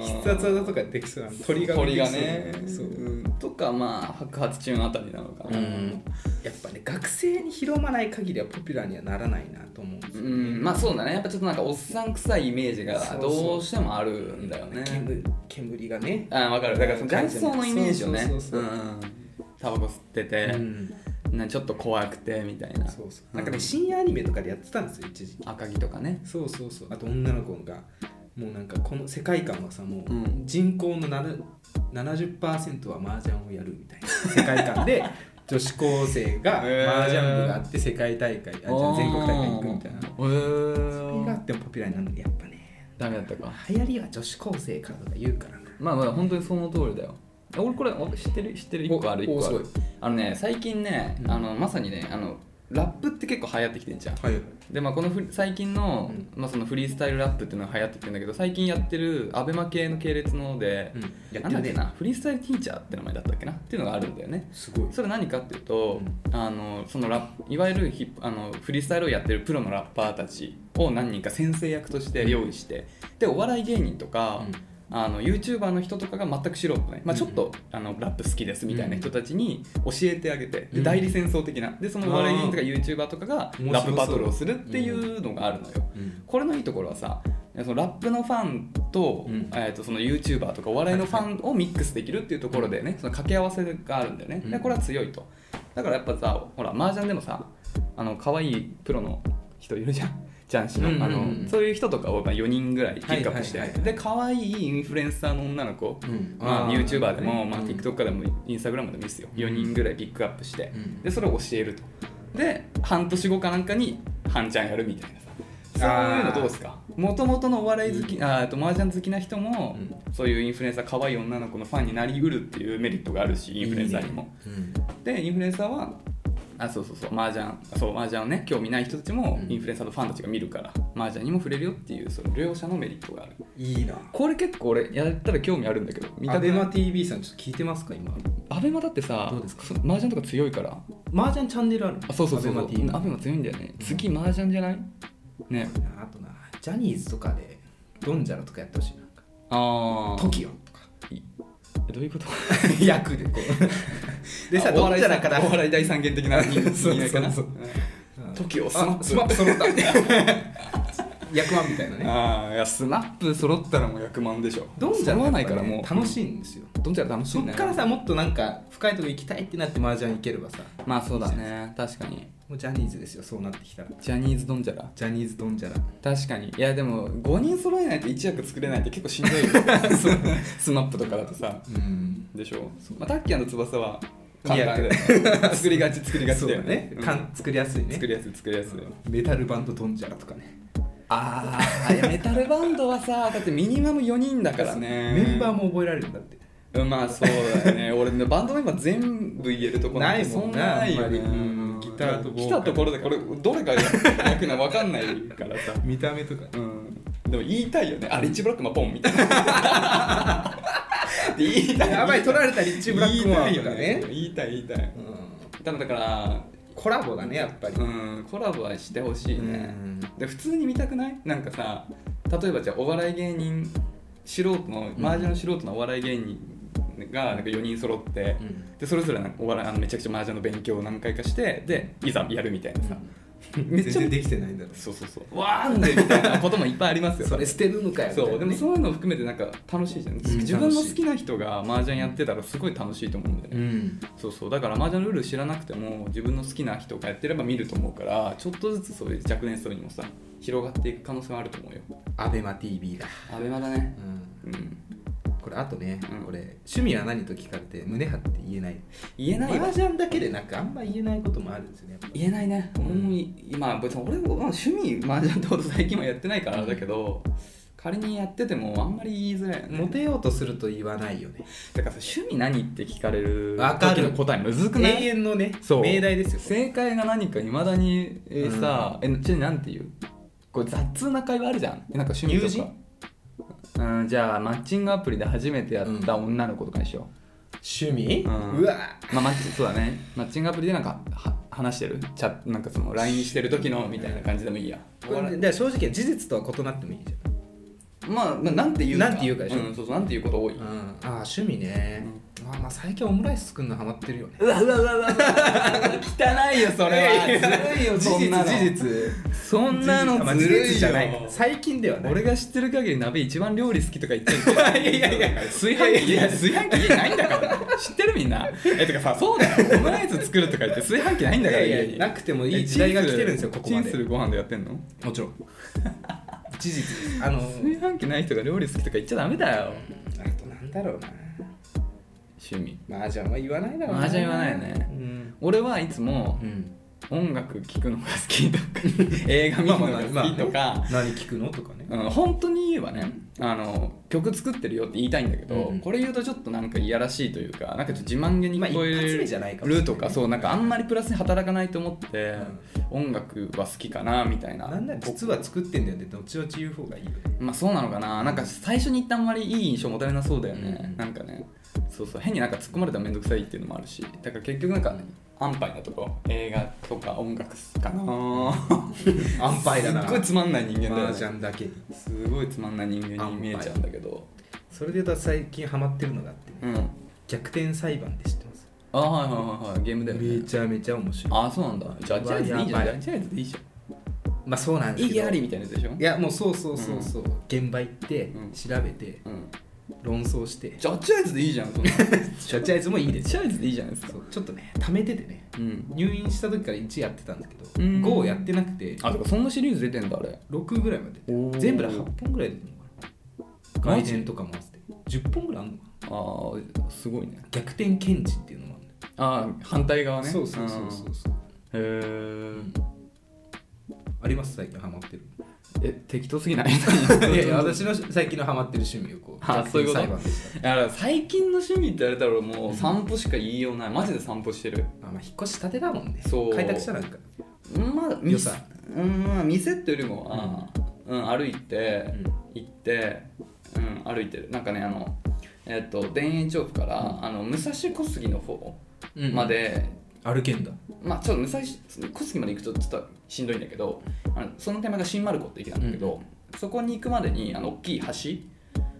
Speaker 2: ん
Speaker 1: 必殺技とかできそうなの鳥が
Speaker 2: 鳥が
Speaker 1: で
Speaker 2: ね
Speaker 1: きそうそう
Speaker 2: うんとかまあ白髪チューンあたりなのかな
Speaker 1: うんやっぱね学生に広まない限りはポピュラーにはならないなと思うんです
Speaker 2: う
Speaker 1: よ
Speaker 2: んまあそうだねやっぱちょっとなんかおっさん臭いイメージが
Speaker 1: そうそう
Speaker 2: どうしてもあるんだよね
Speaker 1: 煙煙がね
Speaker 2: あわかるだからその外装のイメージをね
Speaker 1: そうそうそうそう
Speaker 2: うんタバコ吸ってて、
Speaker 1: うん
Speaker 2: なちょっと怖くてみたいな
Speaker 1: そうそうなんかね深夜アニメとかでやってたんですよ一時期
Speaker 2: 赤木とかね
Speaker 1: そうそうそうあと女の子がもうなんかこの世界観はさもう
Speaker 2: うん
Speaker 1: 人口の7 70%は麻雀をやるみたいな世界観 で女子高生が
Speaker 2: へー
Speaker 1: 麻雀部があって世界大会あじゃあ全国大会行くみたいな
Speaker 2: へー
Speaker 1: それがあってもポピュラーになるのやっぱね
Speaker 2: ダメだったか
Speaker 1: 流行りは女子高生からとか言うからな
Speaker 2: まあまあ本当にその通りだよ俺これ知ってる知ってる1個ある1
Speaker 1: お
Speaker 2: 個あ
Speaker 1: お
Speaker 2: る
Speaker 1: す
Speaker 2: あのね最近ね、
Speaker 1: うん
Speaker 2: あのまさにねあのラップって結構流行ってきてんじゃん、
Speaker 1: はい
Speaker 2: でまあこのフ最近の,、
Speaker 1: うん
Speaker 2: まあそのフリースタイルラップっていうのが流行ってきてんだけど最近やってるアベマ系の系列ので、
Speaker 1: うんや
Speaker 2: なんだっ
Speaker 1: って
Speaker 2: け
Speaker 1: るね
Speaker 2: なフリースタイルティーチャーって名前だったっけなっていうのがあるんだよね
Speaker 1: すごい
Speaker 2: それ何かっていうと、あのそのラップいわゆるヒップあのフリースタイルをやってるプロのラッパーたちを何人か先生役として用意してでお笑い芸人とか、あの YouTuber の人とかが全く素人ね、まあ、ちょっと、あのラップ好きですみたいな人たちに教えてあげて
Speaker 1: う
Speaker 2: で
Speaker 1: ん
Speaker 2: 代理戦争的なでそのお笑い芸人とか YouTuber とかが
Speaker 1: 面白そう
Speaker 2: ラップバトルをするっていうのがあるのよ。
Speaker 1: うん
Speaker 2: これのいいところはさそのラップのファンと,、
Speaker 1: うん
Speaker 2: えー、とその YouTuber とかお笑いのファンをミックスできるっていうところでねその掛け合わせがあるんだよね
Speaker 1: うん
Speaker 2: でこれは強いとだからやっぱさほら麻雀でもさあの可愛いプロの人いるじゃん雀士の
Speaker 1: うんうんうん
Speaker 2: あのそういう人とかをまあ4人ぐらいピックアップして、
Speaker 1: はいはいはい
Speaker 2: で可愛いインフルエンサーの女の子、
Speaker 1: うん
Speaker 2: まあ、
Speaker 1: あー
Speaker 2: YouTuber でも、
Speaker 1: うん
Speaker 2: まあ、TikTok でも Instagram でもいいですよ4人ぐらいピックアップして、
Speaker 1: うん
Speaker 2: でそれを教えるとで半年後かなんかに半ちゃんやるみたいなさそういうのどうですかもともとのお笑い好き、あーあと麻雀好きな人も、そういうインフルエンサー可愛い女の子のファンになりうるっていうメリットがあるしインフルエンサーにも
Speaker 1: うん
Speaker 2: でインフルエンサーはあそうそうそう麻雀そう麻雀をね興味ない人たちも、
Speaker 1: うん
Speaker 2: インフルエンサーのファンたちが見るから麻雀にも触れるよっていうその両者のメリットがある
Speaker 1: いいな
Speaker 2: これ結構俺やったら興味あるんだけど見た
Speaker 1: ア
Speaker 2: く
Speaker 1: ベ
Speaker 2: な
Speaker 1: マ
Speaker 2: い
Speaker 1: TV さんちょっと聞いてますか今
Speaker 2: アベマだってさ
Speaker 1: どうですか
Speaker 2: そ麻雀とか強いから
Speaker 1: 麻雀チャンネルある
Speaker 2: あそうそうそうそう
Speaker 1: アベマ TV
Speaker 2: アベマ強いんだよね次麻雀じゃないね
Speaker 1: あとなジャニーズとかでドンジャラとかやってほしいなんか
Speaker 2: ああ
Speaker 1: TOKIO とか
Speaker 2: どういうこと
Speaker 1: 役でこう でさドンジャラから
Speaker 2: お笑い大三元的な人
Speaker 1: そう
Speaker 2: 間かな
Speaker 1: そう
Speaker 2: TOKIO スマ
Speaker 1: あ
Speaker 2: ップ
Speaker 1: スマップ揃った役満みたいなね
Speaker 2: ああいやスマップ揃ったらもう100万でしょ
Speaker 1: ドンジャラ
Speaker 2: 揃わ
Speaker 1: は
Speaker 2: な
Speaker 1: ないい
Speaker 2: か
Speaker 1: からら
Speaker 2: も
Speaker 1: も
Speaker 2: う
Speaker 1: う楽しいんですよ
Speaker 2: ドンジャラ楽しい
Speaker 1: そ
Speaker 2: ね
Speaker 1: っからさもっとなんか深いとこ行きたいってなって麻雀行ければさ
Speaker 2: まあそうだね確かに
Speaker 1: もうジャニーズですよそうなってきたら
Speaker 2: ジャニーズドンジャラ
Speaker 1: ジャニーズドンジャラ
Speaker 2: 確かにいやでも5人揃えないと1役作れないって結構しんどいよ そうスマップとかだとさ
Speaker 1: うん
Speaker 2: でしょ、まあ、タッキーの翼は
Speaker 1: 二
Speaker 2: 簡
Speaker 1: 役
Speaker 2: 単で 作りがち作りがち
Speaker 1: そう
Speaker 2: だ
Speaker 1: だ
Speaker 2: よ
Speaker 1: ね
Speaker 2: ね、
Speaker 1: かん作りやすいね
Speaker 2: 作りやすい作りやすい
Speaker 1: メタルバンドドンジャラとかね
Speaker 2: ああメタルバンドはさだってミニマム4人だからね
Speaker 1: メンバーも覚えられるんだって
Speaker 2: うんまあそうだ よね俺ねバンドメンバー全部言えるところ
Speaker 1: ないもんな
Speaker 2: そないよね
Speaker 1: あんまりうんギターとボーカル
Speaker 2: 来たところでこれどれが役なの分かんないからさ
Speaker 1: 見た目とか
Speaker 2: うんでも言いたいよねあリッチブラックマンポンみたいなって言いた い
Speaker 1: やばい取られたリッチブラックマンとかね
Speaker 2: 言いたい言いたい言いたい
Speaker 1: うん
Speaker 2: 多分だから
Speaker 1: コラボだねやっぱり
Speaker 2: うんコラボはしてほしいね
Speaker 1: うん
Speaker 2: で普通に見たくないなんかさ例えばじゃあお笑い芸人素人のマージャン素人のお笑い芸人がなんか4人揃って、でそれぞれなんかお笑いあのめちゃくちゃ麻雀の勉強を何回かしてでいざやるみたいなさ、め
Speaker 1: め
Speaker 2: っ
Speaker 1: っ
Speaker 2: ちゃ
Speaker 1: ちゃできてないんだろ
Speaker 2: そうそうそうわーんでみたいなこともいっぱいありますよ
Speaker 1: それ捨てるのかよみたいな
Speaker 2: そうでもそういうのを含めてなんか楽しいじゃ
Speaker 1: ん
Speaker 2: ん、自分の
Speaker 1: 楽しい
Speaker 2: 好きな人が麻雀やってたらすごい楽しいと思うんだよね、
Speaker 1: うん
Speaker 2: そうそうだから麻雀のルール知らなくても自分の好きな人がやってれば見ると思うからちょっとずつそういう若年層にもさ広がっていく可能性はあると思うよ
Speaker 1: アベマ t v だ
Speaker 2: アベマだね
Speaker 1: うん
Speaker 2: うん
Speaker 1: これとあとね、
Speaker 2: うん
Speaker 1: 俺趣味は何と聞かれて胸張って言えない
Speaker 2: 言えないわ
Speaker 1: 麻雀だけでなんかあんま言えないこともあるんですよねやっぱ
Speaker 2: 言えないね俺もいまあ別に俺もまあ趣味麻雀ってこと最近はやってないからあれだけど仮にやっててもあんまり言いづらいよね
Speaker 1: モテようとすると言わないよね
Speaker 2: だからさ趣味何って聞かれる
Speaker 1: わかる
Speaker 2: 時の答えむずくな
Speaker 1: 永
Speaker 2: い
Speaker 1: 遠のね
Speaker 2: そう
Speaker 1: 命題ですよ
Speaker 2: 正解が何かいまだに、えーさ、えちなみになんていうこれ雑な会話あるじゃんえなんか趣味とか
Speaker 1: 友人
Speaker 2: うん、じゃあマッチングアプリで初めてやった女の子とかにしよ
Speaker 1: 趣味、
Speaker 2: う
Speaker 1: うんわ
Speaker 2: う、まあマッチそうだねマッチングアプリでなんかは話してるチャなんかその LINE してる時のみたいな感じでもいいや
Speaker 1: これで正直事実とは異なってもいいじ
Speaker 2: まあ、まあ、なんて言うか
Speaker 1: なんて言うかでしょ
Speaker 2: ん、そうそうなんて言うこと多い
Speaker 1: ゃん、うん、ああ趣味ね、ああまあ最近オムライス作るのハマってるよね
Speaker 2: うわうわうわうわ汚いよそれはずるい よ
Speaker 1: 事
Speaker 2: そん
Speaker 1: 実
Speaker 2: なの
Speaker 1: 事実
Speaker 2: そんな
Speaker 1: まあ
Speaker 2: の
Speaker 1: 事
Speaker 2: ずるいよ
Speaker 1: 実じゃない最近ではない
Speaker 2: 俺が知ってる限り鍋一番料理好きとか言って るいやいやいや炊飯器いや炊飯器家にないんだから知ってるみんなえてかさそうだよオムライス作るとか言って炊飯器ないんだから
Speaker 1: いや
Speaker 2: 家
Speaker 1: い
Speaker 2: に
Speaker 1: やなくてもいい時代が来てるんですよここま
Speaker 2: チン
Speaker 1: です
Speaker 2: るご飯でやってんの
Speaker 1: もちろん 事実ですあの
Speaker 2: 炊飯器ない人が料理好きとか言っちゃダメだよ
Speaker 1: あとなんだろうな
Speaker 2: 趣味
Speaker 1: 麻雀は言わないだろう
Speaker 2: 麻雀言わないね
Speaker 1: うん、
Speaker 2: 俺はいつも
Speaker 1: うん、
Speaker 2: 音楽聴くのが好 きとか映画見るのが好きとか
Speaker 1: 何聞くのとかね
Speaker 2: うん、本当に言えばねあの曲作ってるよって言いたいんだけど、
Speaker 1: うんうん
Speaker 2: これ言うとちょっとなんかいやらしいというかなんかちょっと自慢げに聞こ
Speaker 1: まあ一発目じゃない
Speaker 2: え
Speaker 1: かもしれな
Speaker 2: る
Speaker 1: い
Speaker 2: とかそうなんかあんまりプラスに働かないと思って
Speaker 1: ん、
Speaker 2: 音楽は好きかなみたいな
Speaker 1: なんなら実は作ってんだよって後々言う方がいいよね
Speaker 2: まあそうなのかななんか最初に言ったあんまりいい印象持たれなそうだよね、
Speaker 1: うん
Speaker 2: なんかねそうそう変になんか突っ込まれたら面倒くさいっていうのもあるしだから結局なんか安牌だとか映画とか音楽かな
Speaker 1: 安牌だな
Speaker 2: すっごいつまんない人間だ
Speaker 1: 麻
Speaker 2: よね
Speaker 1: 雀だけに
Speaker 2: すごいつまんない人間に見えちゃうんだけど
Speaker 1: それで言うと最近ハマってるのがあってね、
Speaker 2: うん
Speaker 1: 逆転裁判で知ってます
Speaker 2: あはいはいはいはいゲームだよね
Speaker 1: めちゃめちゃ面白い
Speaker 2: あそうなんだジャッジアイズでいいじゃん
Speaker 1: うわやば
Speaker 2: ジ
Speaker 1: い
Speaker 2: ャッジアイズでいいじ
Speaker 1: まあそうな
Speaker 2: ゃ
Speaker 1: ん
Speaker 2: ん
Speaker 1: です
Speaker 2: 意
Speaker 1: け
Speaker 2: 義
Speaker 1: ど
Speaker 2: ありみたいなやつでしょ
Speaker 1: いやもうそうそうそうそう、現場行って
Speaker 2: うん
Speaker 1: 調べて
Speaker 2: うん
Speaker 1: 論争して
Speaker 2: ジャッジアイズでいいじゃんそんな ジ
Speaker 1: シャチアイズもいいです
Speaker 2: ャッジアイズでいいじゃないですか
Speaker 1: そうちょっとね貯めててね
Speaker 2: うん
Speaker 1: 入院した時から1やってたんだけど
Speaker 2: うん
Speaker 1: 5をやってなくて
Speaker 2: あとかそんなシリーズ出てんだあれ
Speaker 1: 6ぐらいまで
Speaker 2: おー
Speaker 1: 全部で8本ぐらい出てるのかな
Speaker 2: マ
Speaker 1: 外
Speaker 2: ジ
Speaker 1: 伝とかも合わせて10本ぐらいあんのかな
Speaker 2: あーすごいね
Speaker 1: 逆転検事っていうのもあるんだよ
Speaker 2: あー反対側ね
Speaker 1: そうそうそうそうそう
Speaker 2: うんへー
Speaker 1: あります最近ハマってる
Speaker 2: え適当す ぎない
Speaker 1: いやいや 私の最近のハマってる趣味をこう
Speaker 2: あそういうこ
Speaker 1: 逆転
Speaker 2: と
Speaker 1: 裁判でし
Speaker 2: いやだから最近の趣味って言われたら俺もう散歩しか言いようないマジで散歩してる
Speaker 1: たあまあ引っ越したてだもんね
Speaker 2: そう
Speaker 1: 開拓したなんか
Speaker 2: まあ
Speaker 1: 良さ
Speaker 2: うんまあ店っていうよりもあー、うん、歩いて、
Speaker 1: うん
Speaker 2: 行って、うん、歩いてるなんかねあのえっ、と田園調布から、あの武蔵小杉の方まで、
Speaker 1: 歩けんだ
Speaker 2: まあちょっと武蔵小杉まで行くとちょっとしんどいんだけどあのその手前が新丸子って駅なんだけど、そこに行くまでにあの大きい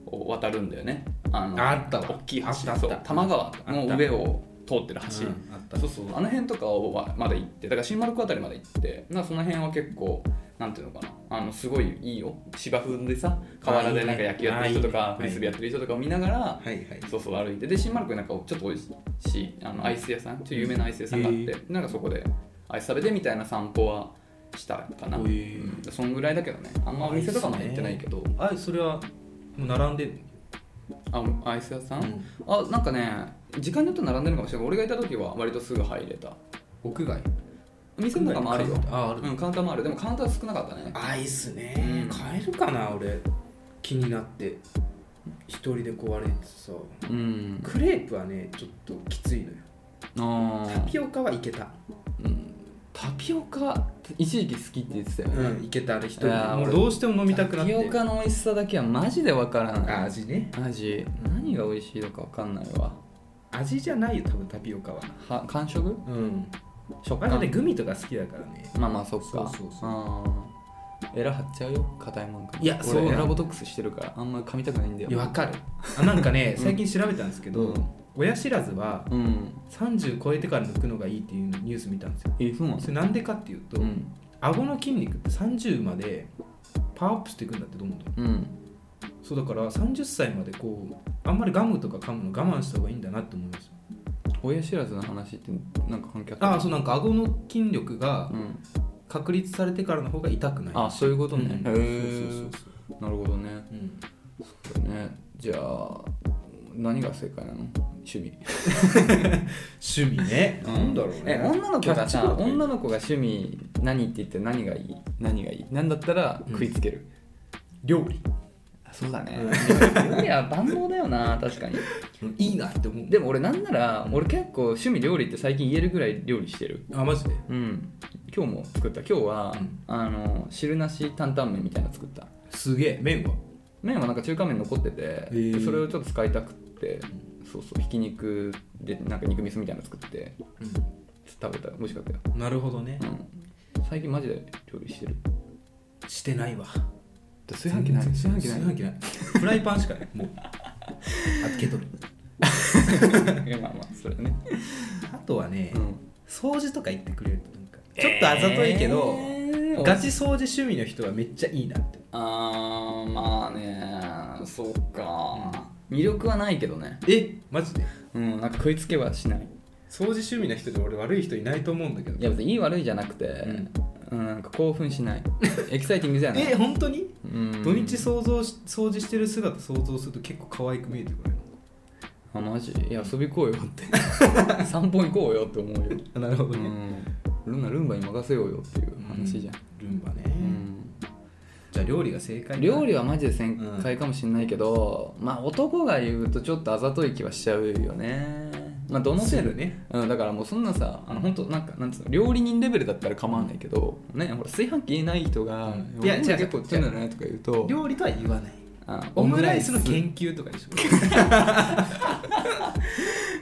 Speaker 2: 橋を渡るんだよねあの
Speaker 1: あったわ
Speaker 2: 大きい橋
Speaker 1: あったあった
Speaker 2: そう多摩川の上を通ってる橋、
Speaker 1: うんあった
Speaker 2: そうそうあの辺とかはまで行ってだから新丸子あたりまで行ってなんかその辺は結構なんていうのかなあのすごいいいよ芝生でさ河原でなんか野球やってる人と
Speaker 1: あいいね
Speaker 2: かフリスビーやってる人とかを見ながら、
Speaker 1: はいはい
Speaker 2: そうそう歩いてで新丸子になんかちょっと美味しいあのアイス屋さんちょっと有名なアイス屋さんがあって、
Speaker 1: へ
Speaker 2: なんかそこでアイス食べてみたいな散歩はしたかな、
Speaker 1: へー
Speaker 2: うんそんぐらいだけどねあんまお店とかも行ってないけど
Speaker 1: あそれはもう並んでる
Speaker 2: あアイス屋さん、
Speaker 1: うん
Speaker 2: あなんかね時間によっては並んでるかもしれない俺がいた時は割とすぐ入れた
Speaker 1: 屋外
Speaker 2: 店の中もあるよ
Speaker 1: あある
Speaker 2: うん、カウンターもあるでもカウンターは少なかったね
Speaker 1: アイスね、
Speaker 2: うん
Speaker 1: 買えるかな俺気になって一人で壊れてさ
Speaker 2: うん
Speaker 1: クレープはねちょっときついのよ
Speaker 2: あ
Speaker 1: タ
Speaker 2: タピ,、
Speaker 1: ピオカはいけた
Speaker 2: うん、タピオカ一時期好きって言ってたよ
Speaker 1: う
Speaker 2: ね、
Speaker 1: んいけたあれ一人で
Speaker 2: いやー
Speaker 1: もう
Speaker 2: 俺
Speaker 1: どうしても飲みたくなって
Speaker 2: タピオカの美味しさだけはマジでわからない
Speaker 1: あ味ね
Speaker 2: 味何が美味しいのかわかんないわ
Speaker 1: 味じゃないよ多分タピオカは
Speaker 2: は感触
Speaker 1: うん
Speaker 2: 食
Speaker 1: あれ
Speaker 2: 感
Speaker 1: ねグミとか好きだからね
Speaker 2: まあまあそっか
Speaker 1: そうそうそう
Speaker 2: うんエラ張っちゃうよ硬いもんから
Speaker 1: いや
Speaker 2: 俺
Speaker 1: そうなの
Speaker 2: エラボトックスしてるからあんま噛みたくないんだよ
Speaker 1: いやわかるあなんかね
Speaker 2: うん
Speaker 1: 最近調べたんですけど、
Speaker 2: うん
Speaker 1: 親知らずは
Speaker 2: うん
Speaker 1: 30超えてから抜くのがいいっていうニュース見たんですよ
Speaker 2: えそうなの
Speaker 1: それなんでかっていうと、
Speaker 2: うん
Speaker 1: 顎の筋肉って30までパワーアップしていくんだってどんどん
Speaker 2: うん
Speaker 1: そうだから30歳までこうあんまりガムとか噛むの我慢した方がいいんだなって思いました
Speaker 2: 親知らずの話ってなんか関係あった
Speaker 1: ああそうなんか顎の筋力が
Speaker 2: うん
Speaker 1: 確立されてからの方が痛くない
Speaker 2: あそういうことね
Speaker 1: うん
Speaker 2: へー
Speaker 1: そうそうそうそう
Speaker 2: なるほどね
Speaker 1: うん
Speaker 2: そうだねじゃあ何が正解なの趣味
Speaker 1: 趣味ね
Speaker 2: うん
Speaker 1: なんだろうね
Speaker 2: え女の子が
Speaker 1: キャッチボー
Speaker 2: さ
Speaker 1: ルとかいい
Speaker 2: 女の子が趣味何って言って何がいい何がいい何だったら食いつける、
Speaker 1: 料理
Speaker 2: あそうだね
Speaker 1: う
Speaker 2: 料理は万能だよ な確かに
Speaker 1: いいなって思う
Speaker 2: でも俺なんなら俺結構趣味料理って最近言えるぐらい料理してる
Speaker 1: あマジで
Speaker 2: うん今日も作った今日は、
Speaker 1: うん
Speaker 2: あの汁なし担々麺みたいなの作った
Speaker 1: すげえ麺は
Speaker 2: 麺はなんか中華麺残ってて
Speaker 1: ー
Speaker 2: でそれをちょっと使いたくってそうそうひき肉でなんか肉味噌みたいなの作って食べた美味しかったよ、
Speaker 1: なるほどね
Speaker 2: うん、最近マジで料理してる
Speaker 1: してないわ
Speaker 2: 炊飯器ない炊飯器ない
Speaker 1: 炊飯器ないフライパンしかないもう あとケトル
Speaker 2: いやまあまあそれはね、
Speaker 1: あとはね、
Speaker 2: うん
Speaker 1: 掃除とか言ってくれるとなんかちょっとあざといけど、
Speaker 2: えー
Speaker 1: ガチ掃除趣味の人はめっちゃいいなって
Speaker 2: あーまあねそうか魅力はないけどね
Speaker 1: えマジで
Speaker 2: うんなんか食いつけはしない
Speaker 1: 掃除趣味の人で俺悪い人いないと思うんだけど
Speaker 2: いや別にいい悪いじゃなくて、うん、なんか興奮し ないエキサイティングじゃない
Speaker 1: え本当に、
Speaker 2: うん
Speaker 1: 土日想像し掃除してる姿想像すると結構可愛く見えてくる
Speaker 2: あマジいや遊び行こうよって 散歩行こうよって思うよ、
Speaker 1: あなるほど
Speaker 2: う
Speaker 1: ね、
Speaker 2: ん、ルンバルンバに任せようよっていう話じゃん、
Speaker 1: ルンバね、
Speaker 2: うん
Speaker 1: じゃあ料理が正解か
Speaker 2: 料理はマジで正解かもしんないけど、まあ男が言うとちょっとあざとい気はしちゃうよねまあどの
Speaker 1: す
Speaker 2: 程度
Speaker 1: るね
Speaker 2: うん、だからもうそんなさあの本当なんかなんつうの料理人レベルだったら構わないけどねほら炊飯器言えない人が
Speaker 1: うん
Speaker 2: い
Speaker 1: いや
Speaker 2: やじゃ
Speaker 1: 違う違
Speaker 2: 結
Speaker 1: う
Speaker 2: 構言ってんだよねとか言うと
Speaker 1: 料理とは言わない
Speaker 2: あ
Speaker 1: オムライスの研究とかでしょ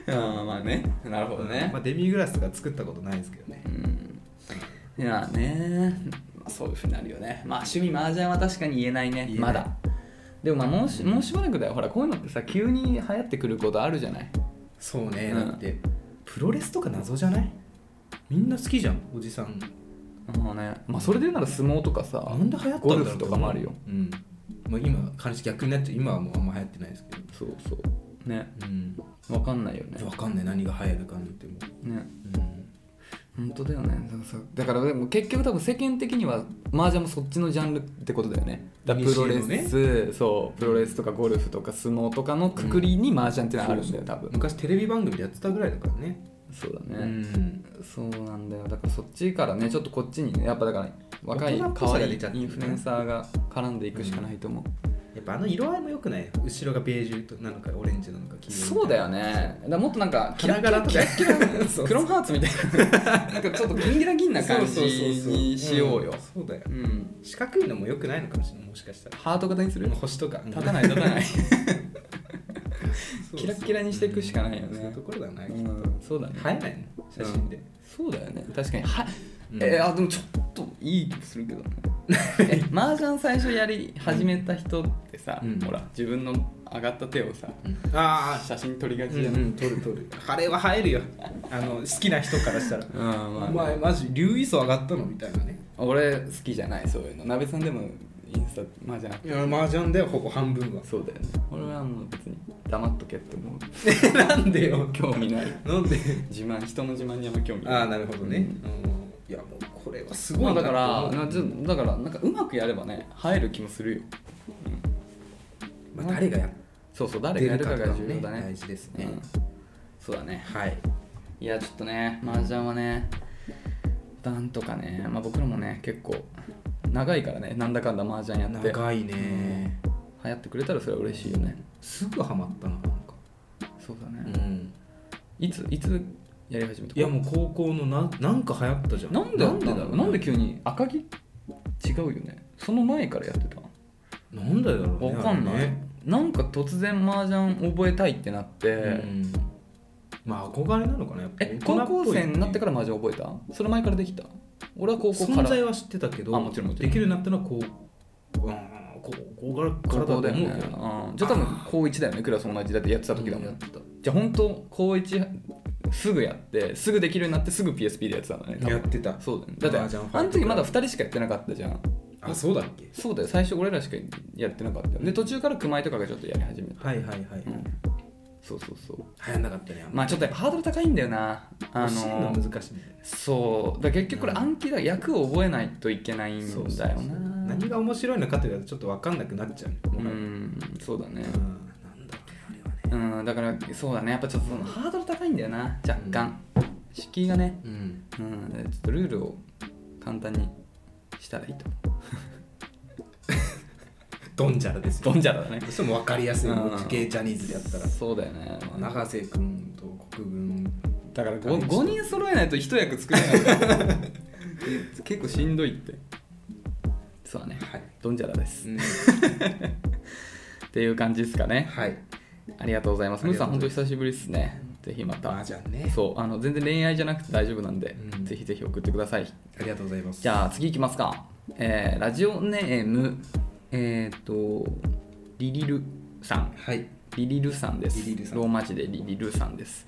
Speaker 2: ああまあねなるほどね
Speaker 1: まあ、デミグラスとか作ったことないですけどね
Speaker 2: うんいやね、まあ、そういうふうになるよねまあ趣味麻雀は確かに言えない
Speaker 1: 言
Speaker 2: ね
Speaker 1: えない
Speaker 2: まだでもまあもうしもうしばらくだよほらこういうのってさ急に流行ってくることあるじゃない
Speaker 1: そうね、
Speaker 2: うん
Speaker 1: だってプロレスとか謎じゃないみんな好きじゃんおじさん
Speaker 2: あのねまあそれで言うなら相撲とかさ
Speaker 1: なんで流行ったんだろう
Speaker 2: ゴルフとかもあるよ、
Speaker 1: うんまあ、今感じ逆になっちゃう今はもうあんま流行ってないですけど
Speaker 2: そうそうね
Speaker 1: うん
Speaker 2: わかんないよね
Speaker 1: 分かんない何が流行るかなんても
Speaker 2: ね
Speaker 1: う、うん、
Speaker 2: 本当だよねだからさだからでも結局多分世間的には麻雀もそっちのジャンルってことだよねだからプロレス、
Speaker 1: 西
Speaker 2: そうプロレスとかゴルフとか相撲とかのくくりに麻雀ってのはあるんだよ多分
Speaker 1: 昔テレビ番組でやってたぐらいだからね
Speaker 2: そうだ
Speaker 1: う
Speaker 2: ね、
Speaker 1: ん
Speaker 2: そうなんだよだからそっちからねちょっとこっちにねやっぱだから若い
Speaker 1: 大人っぽ
Speaker 2: 可
Speaker 1: さが
Speaker 2: 愛
Speaker 1: 出
Speaker 2: い
Speaker 1: ちゃって
Speaker 2: イ
Speaker 1: るね
Speaker 2: ンフルエンサーが絡んでいくしかないと思う、
Speaker 1: やっぱあの色合いも良くない後ろがベージュとなのかオレンジなのか黄色
Speaker 2: そうだよねだからもっとなんかキラ
Speaker 1: 花
Speaker 2: キラ
Speaker 1: 柄
Speaker 2: と
Speaker 1: と
Speaker 2: か
Speaker 1: か
Speaker 2: クロンハーツみたいななんかちょっとギンギラギンな感じ
Speaker 1: そうそうそうそう
Speaker 2: にしようよ
Speaker 1: んそうだよ
Speaker 2: うん
Speaker 1: 四角いのも良くないのかもしれないもしかしたら
Speaker 2: ハート型にする
Speaker 1: 星とか
Speaker 2: 立たない立たない
Speaker 1: そうそう
Speaker 2: キラッキラにしていくしかないよね
Speaker 1: そういうところだよね、
Speaker 2: うんそうだね
Speaker 1: 映えないの写真で、
Speaker 2: そうだよね確かには、
Speaker 1: うん
Speaker 2: えーあでもちょっといい気もするけど ねえ麻雀最初やり始めた人ってさ、
Speaker 1: うん
Speaker 2: ほら自分の上がった手をさ
Speaker 1: あ
Speaker 2: 写真撮りが
Speaker 1: あ
Speaker 2: ちじゃない、うん
Speaker 1: 撮る撮るあれは映えるよあの好きな人からしたら
Speaker 2: まあ
Speaker 1: お前マジ留意層上がったのみたいなね
Speaker 2: 俺好きじゃないそういうの鍋さんでもインスタ麻雀
Speaker 1: いや麻雀だよほぼ半分は
Speaker 2: そうだよね俺はもう別に黙っとけって思う
Speaker 1: なんでよ
Speaker 2: 興味ない
Speaker 1: なんで
Speaker 2: 自慢人の自慢にあんま興味ない
Speaker 1: ああなるほどね、
Speaker 2: うん
Speaker 1: うんいやもうこれはす
Speaker 2: ま
Speaker 1: ご
Speaker 2: あ
Speaker 1: い
Speaker 2: だ
Speaker 1: な
Speaker 2: か
Speaker 1: と思う
Speaker 2: らなちょだからなんかうまくやればね入る気もするよ
Speaker 1: まあ、誰がやっ
Speaker 2: そうそう誰
Speaker 1: て
Speaker 2: がや
Speaker 1: る
Speaker 2: る
Speaker 1: か
Speaker 2: か
Speaker 1: が
Speaker 2: が重
Speaker 1: ね
Speaker 2: 要だね
Speaker 1: 大事ですね、
Speaker 2: うんそうだね
Speaker 1: はい
Speaker 2: いやちょっとね麻雀はね段とかね、まあ、僕らもね結構長いからねなんだかんだ麻雀やって
Speaker 1: 長いね
Speaker 2: 流行ってくれたらそれは嬉しいよね
Speaker 1: すぐハマったななんか
Speaker 2: そうだね、
Speaker 1: ん
Speaker 2: いついつやり始めた
Speaker 1: いやもう高校のなんなんか流行ったじゃん
Speaker 2: なんでなんでだろうなんで
Speaker 1: 急
Speaker 2: 急に赤木違うよねその前からやってた
Speaker 1: なんでだろうね
Speaker 2: わかんない、
Speaker 1: あれね
Speaker 2: なんか突然麻雀覚えたいってなって、
Speaker 1: うんまあ憧れなのかなやっぱ
Speaker 2: え高校生になってからら麻雀覚えたそれ前からできた俺は高校か
Speaker 1: 存
Speaker 2: ら
Speaker 1: 在は知ってたけど
Speaker 2: あもちろんもちろん
Speaker 1: できるようになったのはこううんこうこうから
Speaker 2: 高
Speaker 1: から
Speaker 2: 校
Speaker 1: だと
Speaker 2: だよね
Speaker 1: 思うけどな
Speaker 2: うんじゃあ多分高1だよねクラス同じだってやってた時だもん、じゃあ本当高1すぐやってすぐできるようになってすぐ PSP でやってたんだね多
Speaker 1: やっ
Speaker 2: 分
Speaker 1: てた
Speaker 2: そうだよねだ
Speaker 1: 麻
Speaker 2: って
Speaker 1: 雀ファイト
Speaker 2: あの時まだ2人しかやってなかったじゃん
Speaker 1: あそうだっけ
Speaker 2: そうだよ最初俺らしかやってなかったよで途中から熊井とかがちょっとやり始めた、
Speaker 1: はいはいはい、
Speaker 2: う
Speaker 1: 流
Speaker 2: ん、そうそうそう
Speaker 1: 行んなかったね
Speaker 2: まあちょっとやっぱハードル高いんだよなあ
Speaker 1: 教えるの
Speaker 2: の
Speaker 1: 難しいんだよね
Speaker 2: そうだから結局これ暗記だ役を覚えないといけないんだよ
Speaker 1: そう
Speaker 2: な
Speaker 1: そうそう何が面白いのかというとちょっと分かんなくなっちゃうね
Speaker 2: う
Speaker 1: もはや
Speaker 2: んそうだ
Speaker 1: うん
Speaker 2: ね
Speaker 1: なんだろうねあれはね
Speaker 2: うんだからそうだねやっぱちょっとそのハードル高いんだよな若干、敷居がね、
Speaker 1: うん
Speaker 2: うん、ちょっとルールを簡単にしたらいいと思
Speaker 1: ドンジャラです
Speaker 2: うドンジャラだね
Speaker 1: どうしても分かりやすい
Speaker 2: うん
Speaker 1: もう地形ジャニーズでやったら
Speaker 2: そうだよね
Speaker 1: 永瀬君と国分
Speaker 2: だから
Speaker 1: 大
Speaker 2: 5,
Speaker 1: 変
Speaker 2: 人揃えないと一役作れないから 結構しんどいってそうだね
Speaker 1: はい、
Speaker 2: ドンジャラです、
Speaker 1: うん
Speaker 2: っていう感じですかね
Speaker 1: はい
Speaker 2: ありがとうございます
Speaker 1: あ
Speaker 2: ム
Speaker 1: り
Speaker 2: ー
Speaker 1: が
Speaker 2: さ
Speaker 1: と
Speaker 2: ん
Speaker 1: うご
Speaker 2: 本
Speaker 1: ざ
Speaker 2: 当
Speaker 1: います
Speaker 2: 久しぶりですねぜひまた
Speaker 1: マージャンね
Speaker 2: そうあの全然恋愛じゃなくて大丈夫なんで、
Speaker 1: うん
Speaker 2: ぜひぜひ送ってください
Speaker 1: ありがとうございます
Speaker 2: じゃあ次いきますか、えーラジオネームえっ、とリリルさん
Speaker 1: はい
Speaker 2: リリルさんです
Speaker 1: リリルさん
Speaker 2: ローマ字でリリルさんです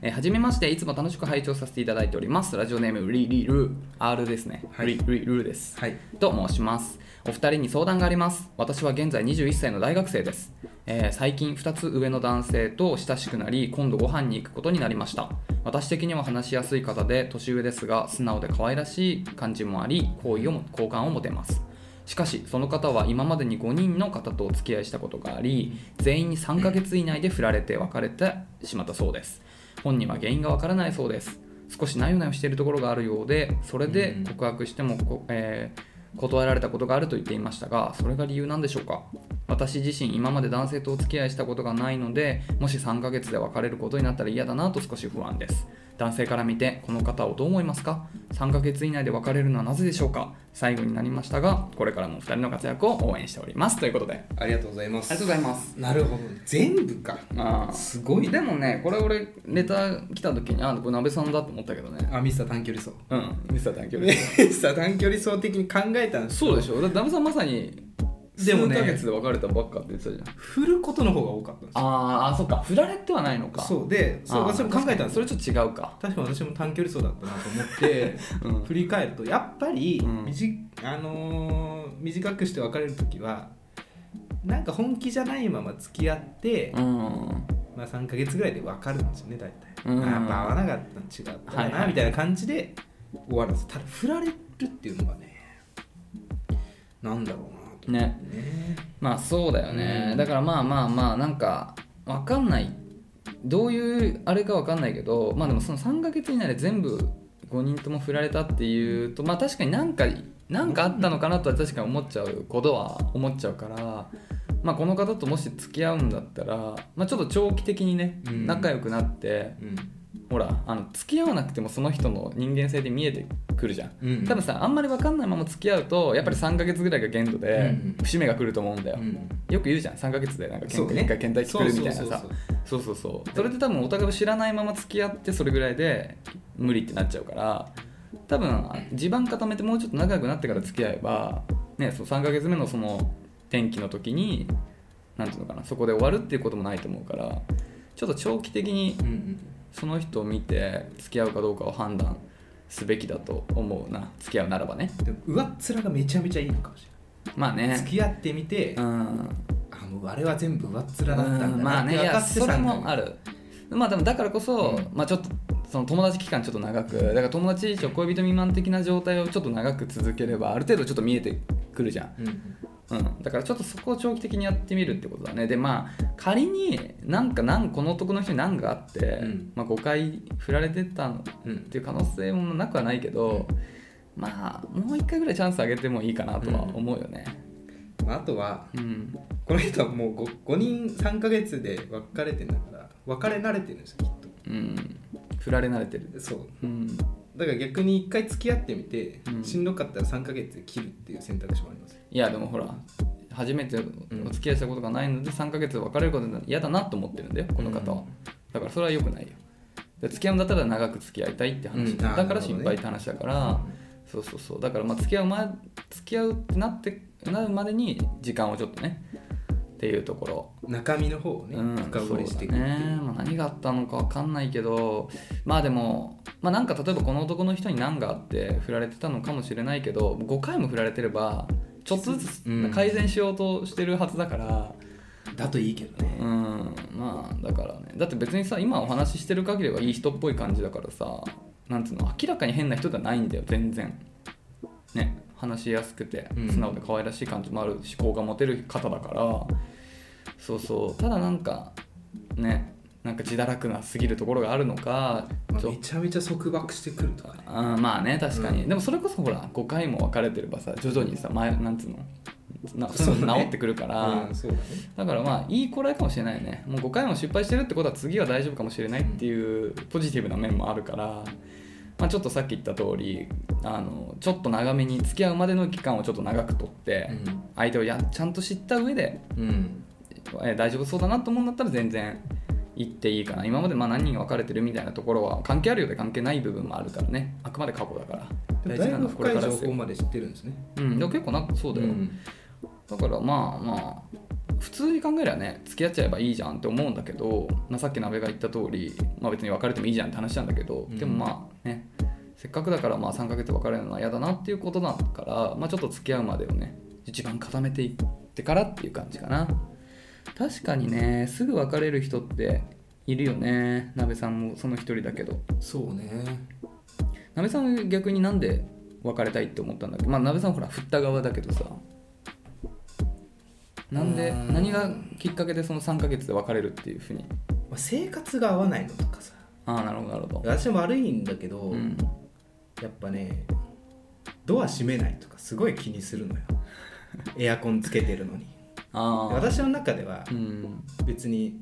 Speaker 2: えーはじめましていつも楽しく拝聴させていただいておりますラジオネームリリル R ですね、
Speaker 1: はい
Speaker 2: リリルです
Speaker 1: はい
Speaker 2: と申しますお二人に相談があります私は現在21歳の大学生です、えー最近2つ上の男性と親しくなり今度ご飯に行くことになりました私的には話しやすい方で年上ですが素直で可愛らしい感じもあり好意をも好感を持てますしかしその方は今までに5人の方とお付き合いしたことがあり全員に3ヶ月以内で振られて別れてしまったそうです本人は原因がわからないそうです少しなよなよしているところがあるようでそれで告白してもこ、えー断られたことがあると言っていましたがそれが理由なんでしょうか私自身今まで男性とお付き合いしたことがないのでもし3ヶ月で別れることになったら嫌だなと少し不安です男性から見てこの方をどう思いますか3ヶ月以内で別れるのはなぜでしょうか最後になりましたがこれからもお二人の活躍を応援しておりますということであ
Speaker 1: ありがとうございます
Speaker 2: りがとうございます
Speaker 1: なるほど全部か
Speaker 2: あー
Speaker 1: すごい
Speaker 2: で
Speaker 1: ね
Speaker 2: もねこれ俺ネタ来た時にあこれ鍋さんだと思ったけどね
Speaker 1: あミスター短距離走
Speaker 2: うんミスター短距離
Speaker 1: ミスター短距離走的に考えたんです
Speaker 2: そうでしょだってダムさんまさに
Speaker 1: でもね
Speaker 2: 数ヶ月で別れたばっかって言ってたじゃん
Speaker 1: 振ることの方が多かったんですよ
Speaker 2: あーあそっか振られてはないのか
Speaker 1: そうでそう
Speaker 2: あー
Speaker 1: 私も考えたんです
Speaker 2: そ
Speaker 1: よ
Speaker 2: れちょっと違うか
Speaker 1: 確かに私も短距離走だったなと思って、
Speaker 2: うん
Speaker 1: 振り返るとやっぱり、
Speaker 2: うん
Speaker 1: みじあのー短くして別れる時はなんか本気じゃないまま付き合って、
Speaker 2: うん
Speaker 1: まあ、3か月ぐらいで分かるんですよね大体、
Speaker 2: うん
Speaker 1: あやっぱ合わなかったの違ったかな、
Speaker 2: はいはい
Speaker 1: みたいな感じで終わるんですただ振られるっていうのがねなんだろうなと思
Speaker 2: ね
Speaker 1: ってね
Speaker 2: まあそうだよね、
Speaker 1: うん
Speaker 2: だからまあまあまあなんかわかんないどういうあれかわかんないけどまあでもその3ヶ月以内で全部5人とも振られたっていうとまあ確かになんかなんかあったのかなとは確かに思っちゃうことは思っちゃうから。まあ、この方ともし付き合うんだったら、まあ、ちょっと長期的にね
Speaker 1: うん
Speaker 2: 仲良くなって、ほらあの付き合わなくてもその人の人間性で見えてくるじゃん、
Speaker 1: うん、うん、
Speaker 2: 多分さあんまり分かんないまま付き合うとやっぱり3ヶ月ぐらいが限度で
Speaker 1: うん
Speaker 2: 節目が来ると思うんだよ、
Speaker 1: うん
Speaker 2: よく言うじゃん3ヶ月でなんか
Speaker 1: そ
Speaker 2: 喧
Speaker 1: う
Speaker 2: 嘩
Speaker 1: ね
Speaker 2: 一回倦怠期来るみたいな
Speaker 1: そうそう
Speaker 2: さ
Speaker 1: そうそう
Speaker 2: そうそうそうそれで多分お互いを知らないまま付き合ってそれぐらいで無理ってなっちゃうから多分地盤固めてもうちょっと仲良くなってから付き合えば、ね、そう3ヶ月目のその転機の時になんていうのかなそこで終わるっていうこともないと思うからちょっと長期的に
Speaker 1: うんうん
Speaker 2: その人を見て付き合うかどうかを判断すべきだと思うな付き合うならばね
Speaker 1: でも上っ面がめちゃめちゃいいのかもし
Speaker 2: まあ
Speaker 1: れない、
Speaker 2: ね
Speaker 1: 付き合ってみて、
Speaker 2: う
Speaker 1: あ
Speaker 2: ん
Speaker 1: もうあれは全部上っ面だったんだ
Speaker 2: ま
Speaker 1: な
Speaker 2: あ
Speaker 1: って
Speaker 2: ねい
Speaker 1: 分か
Speaker 2: や
Speaker 1: って
Speaker 2: それもあ
Speaker 1: る
Speaker 2: るまあでもだからこそ、
Speaker 1: うん
Speaker 2: まあちょっとその友達期間ちょっと長くだから友達以上恋人未満的な状態をちょっと長く続ければある程度ちょっと見えてくるじゃん、
Speaker 1: うん
Speaker 2: うん、だからちょっとそこを長期的にやってみるってことだねでまあ仮になんかなんこの男の人に何があって、
Speaker 1: ん
Speaker 2: まあ、5回振られてたの
Speaker 1: う
Speaker 2: っ
Speaker 1: ん
Speaker 2: ていう可能性もなくはないけど、まあもう一回ぐらいチャンスあげてもいいかなとは思うよね。
Speaker 1: まあ、あとは
Speaker 2: うん、
Speaker 1: この人はもう 5, 5人3ヶ月で別れてんだから別れ慣れてるんですよきっ
Speaker 2: うん、振られ慣れてる。
Speaker 1: とそう
Speaker 2: うん、
Speaker 1: だから逆に1回付き合ってみて、
Speaker 2: うん
Speaker 1: しんどかったら3ヶ月で切るっていう選択肢もありますよ
Speaker 2: いやでもほら初めてお付き合いしたことがないので3ヶ月で別れることは嫌だなと思ってるんだよこの方は、
Speaker 1: うん
Speaker 2: だからそれは良くないよで付き合うんだったら長く付き合いたいって話、
Speaker 1: うんあー
Speaker 2: だか
Speaker 1: なるほど
Speaker 2: ら
Speaker 1: ね
Speaker 2: 心配って話だから、そうそうそうだからまあ付き合う前付き合うってなってなるまでに時間をちょっとねっていうところ
Speaker 1: 中身の方をね、
Speaker 2: うん、
Speaker 1: 深掘りしていくっ
Speaker 2: そう
Speaker 1: てい
Speaker 2: だね
Speaker 1: う、
Speaker 2: まあ、何があったのか分かんないけどまあでも、まあ、なんか例えばこの男の人に何があって振られてたのかもしれないけど5回も振られてればちょっとず
Speaker 1: うん
Speaker 2: つ改善しようとしてるはずだから
Speaker 1: だといいけどね
Speaker 2: うん、まあだからねだって別にさ今お話ししてる限りはいい人っぽい感じだからさなんていうの明らかに変な人ではないんだよ全然ね話しやすくて
Speaker 1: うん
Speaker 2: 素直で可愛らしい感じもある思考が持てる方だからそうそうただなんかねなんか自堕落なすぎるところがあるのか
Speaker 1: まあ
Speaker 2: ちょ
Speaker 1: めちゃめちゃ束縛してくるとかね
Speaker 2: あーまあね確かに、
Speaker 1: うん
Speaker 2: でもそれこそほら5回も分かれてればさ徐々にさ前なんつうのなそういうの
Speaker 1: そう
Speaker 2: 治
Speaker 1: ね
Speaker 2: ってくるから
Speaker 1: うんそうだね
Speaker 2: だからまあいいこらいかもしれないよねもう5回も失敗してるってことは次は大丈夫かもしれないっていうポジティブな面もあるから、まあ、ちょっとさっき言った通りあのちょっと長めに付き合うまでの期間をちょっと長くとって、相手をやちゃんと知った上で、
Speaker 1: うん
Speaker 2: えー大丈夫そうだなと思うんだったら全然行っていいかな今までまあ何人が別れてるみたいなところは関係あるようで関係ない部分もあるからねあくまで過去だから
Speaker 1: でもだい
Speaker 2: 大事な
Speaker 1: ぶ
Speaker 2: のはこ
Speaker 1: 深
Speaker 2: れ
Speaker 1: い
Speaker 2: から
Speaker 1: 情
Speaker 2: です
Speaker 1: 報
Speaker 2: よ、
Speaker 1: まで知ってるんですね
Speaker 2: うん、でも結構なそうだよ、
Speaker 1: ん
Speaker 2: だからまあまあ普通に考えりゃね付き合っちゃえばいいじゃんって思うんだけど、まあ、さっき鍋が言った通り、まあ、別に別れてもいいじゃんって話なんだけど、
Speaker 1: うん
Speaker 2: でもまあねせっかくだからまあ3ヶ月別れるのは嫌だなっていうことだから、まあ、ちょっと付き合うまでをね一番固めていってからっていう感じかな確かにねすぐ別れる人っているよね鍋さんもその一人だけど
Speaker 1: そうね
Speaker 2: 鍋さんは逆になんで別れたいって思ったんだっけまあ鍋さんほら振った側だけどさなんで
Speaker 1: うーん
Speaker 2: 何がきっかけでその3ヶ月で別れるっていうふうに
Speaker 1: まあ生活が合わないのとかさ
Speaker 2: ああなるほどなるほど
Speaker 1: 私も悪いんだけど、
Speaker 2: うん
Speaker 1: やっぱねドア閉めないとかすごい気にする のよエアコンつけてるのに
Speaker 2: ああ
Speaker 1: 私の中では
Speaker 2: うん
Speaker 1: 別に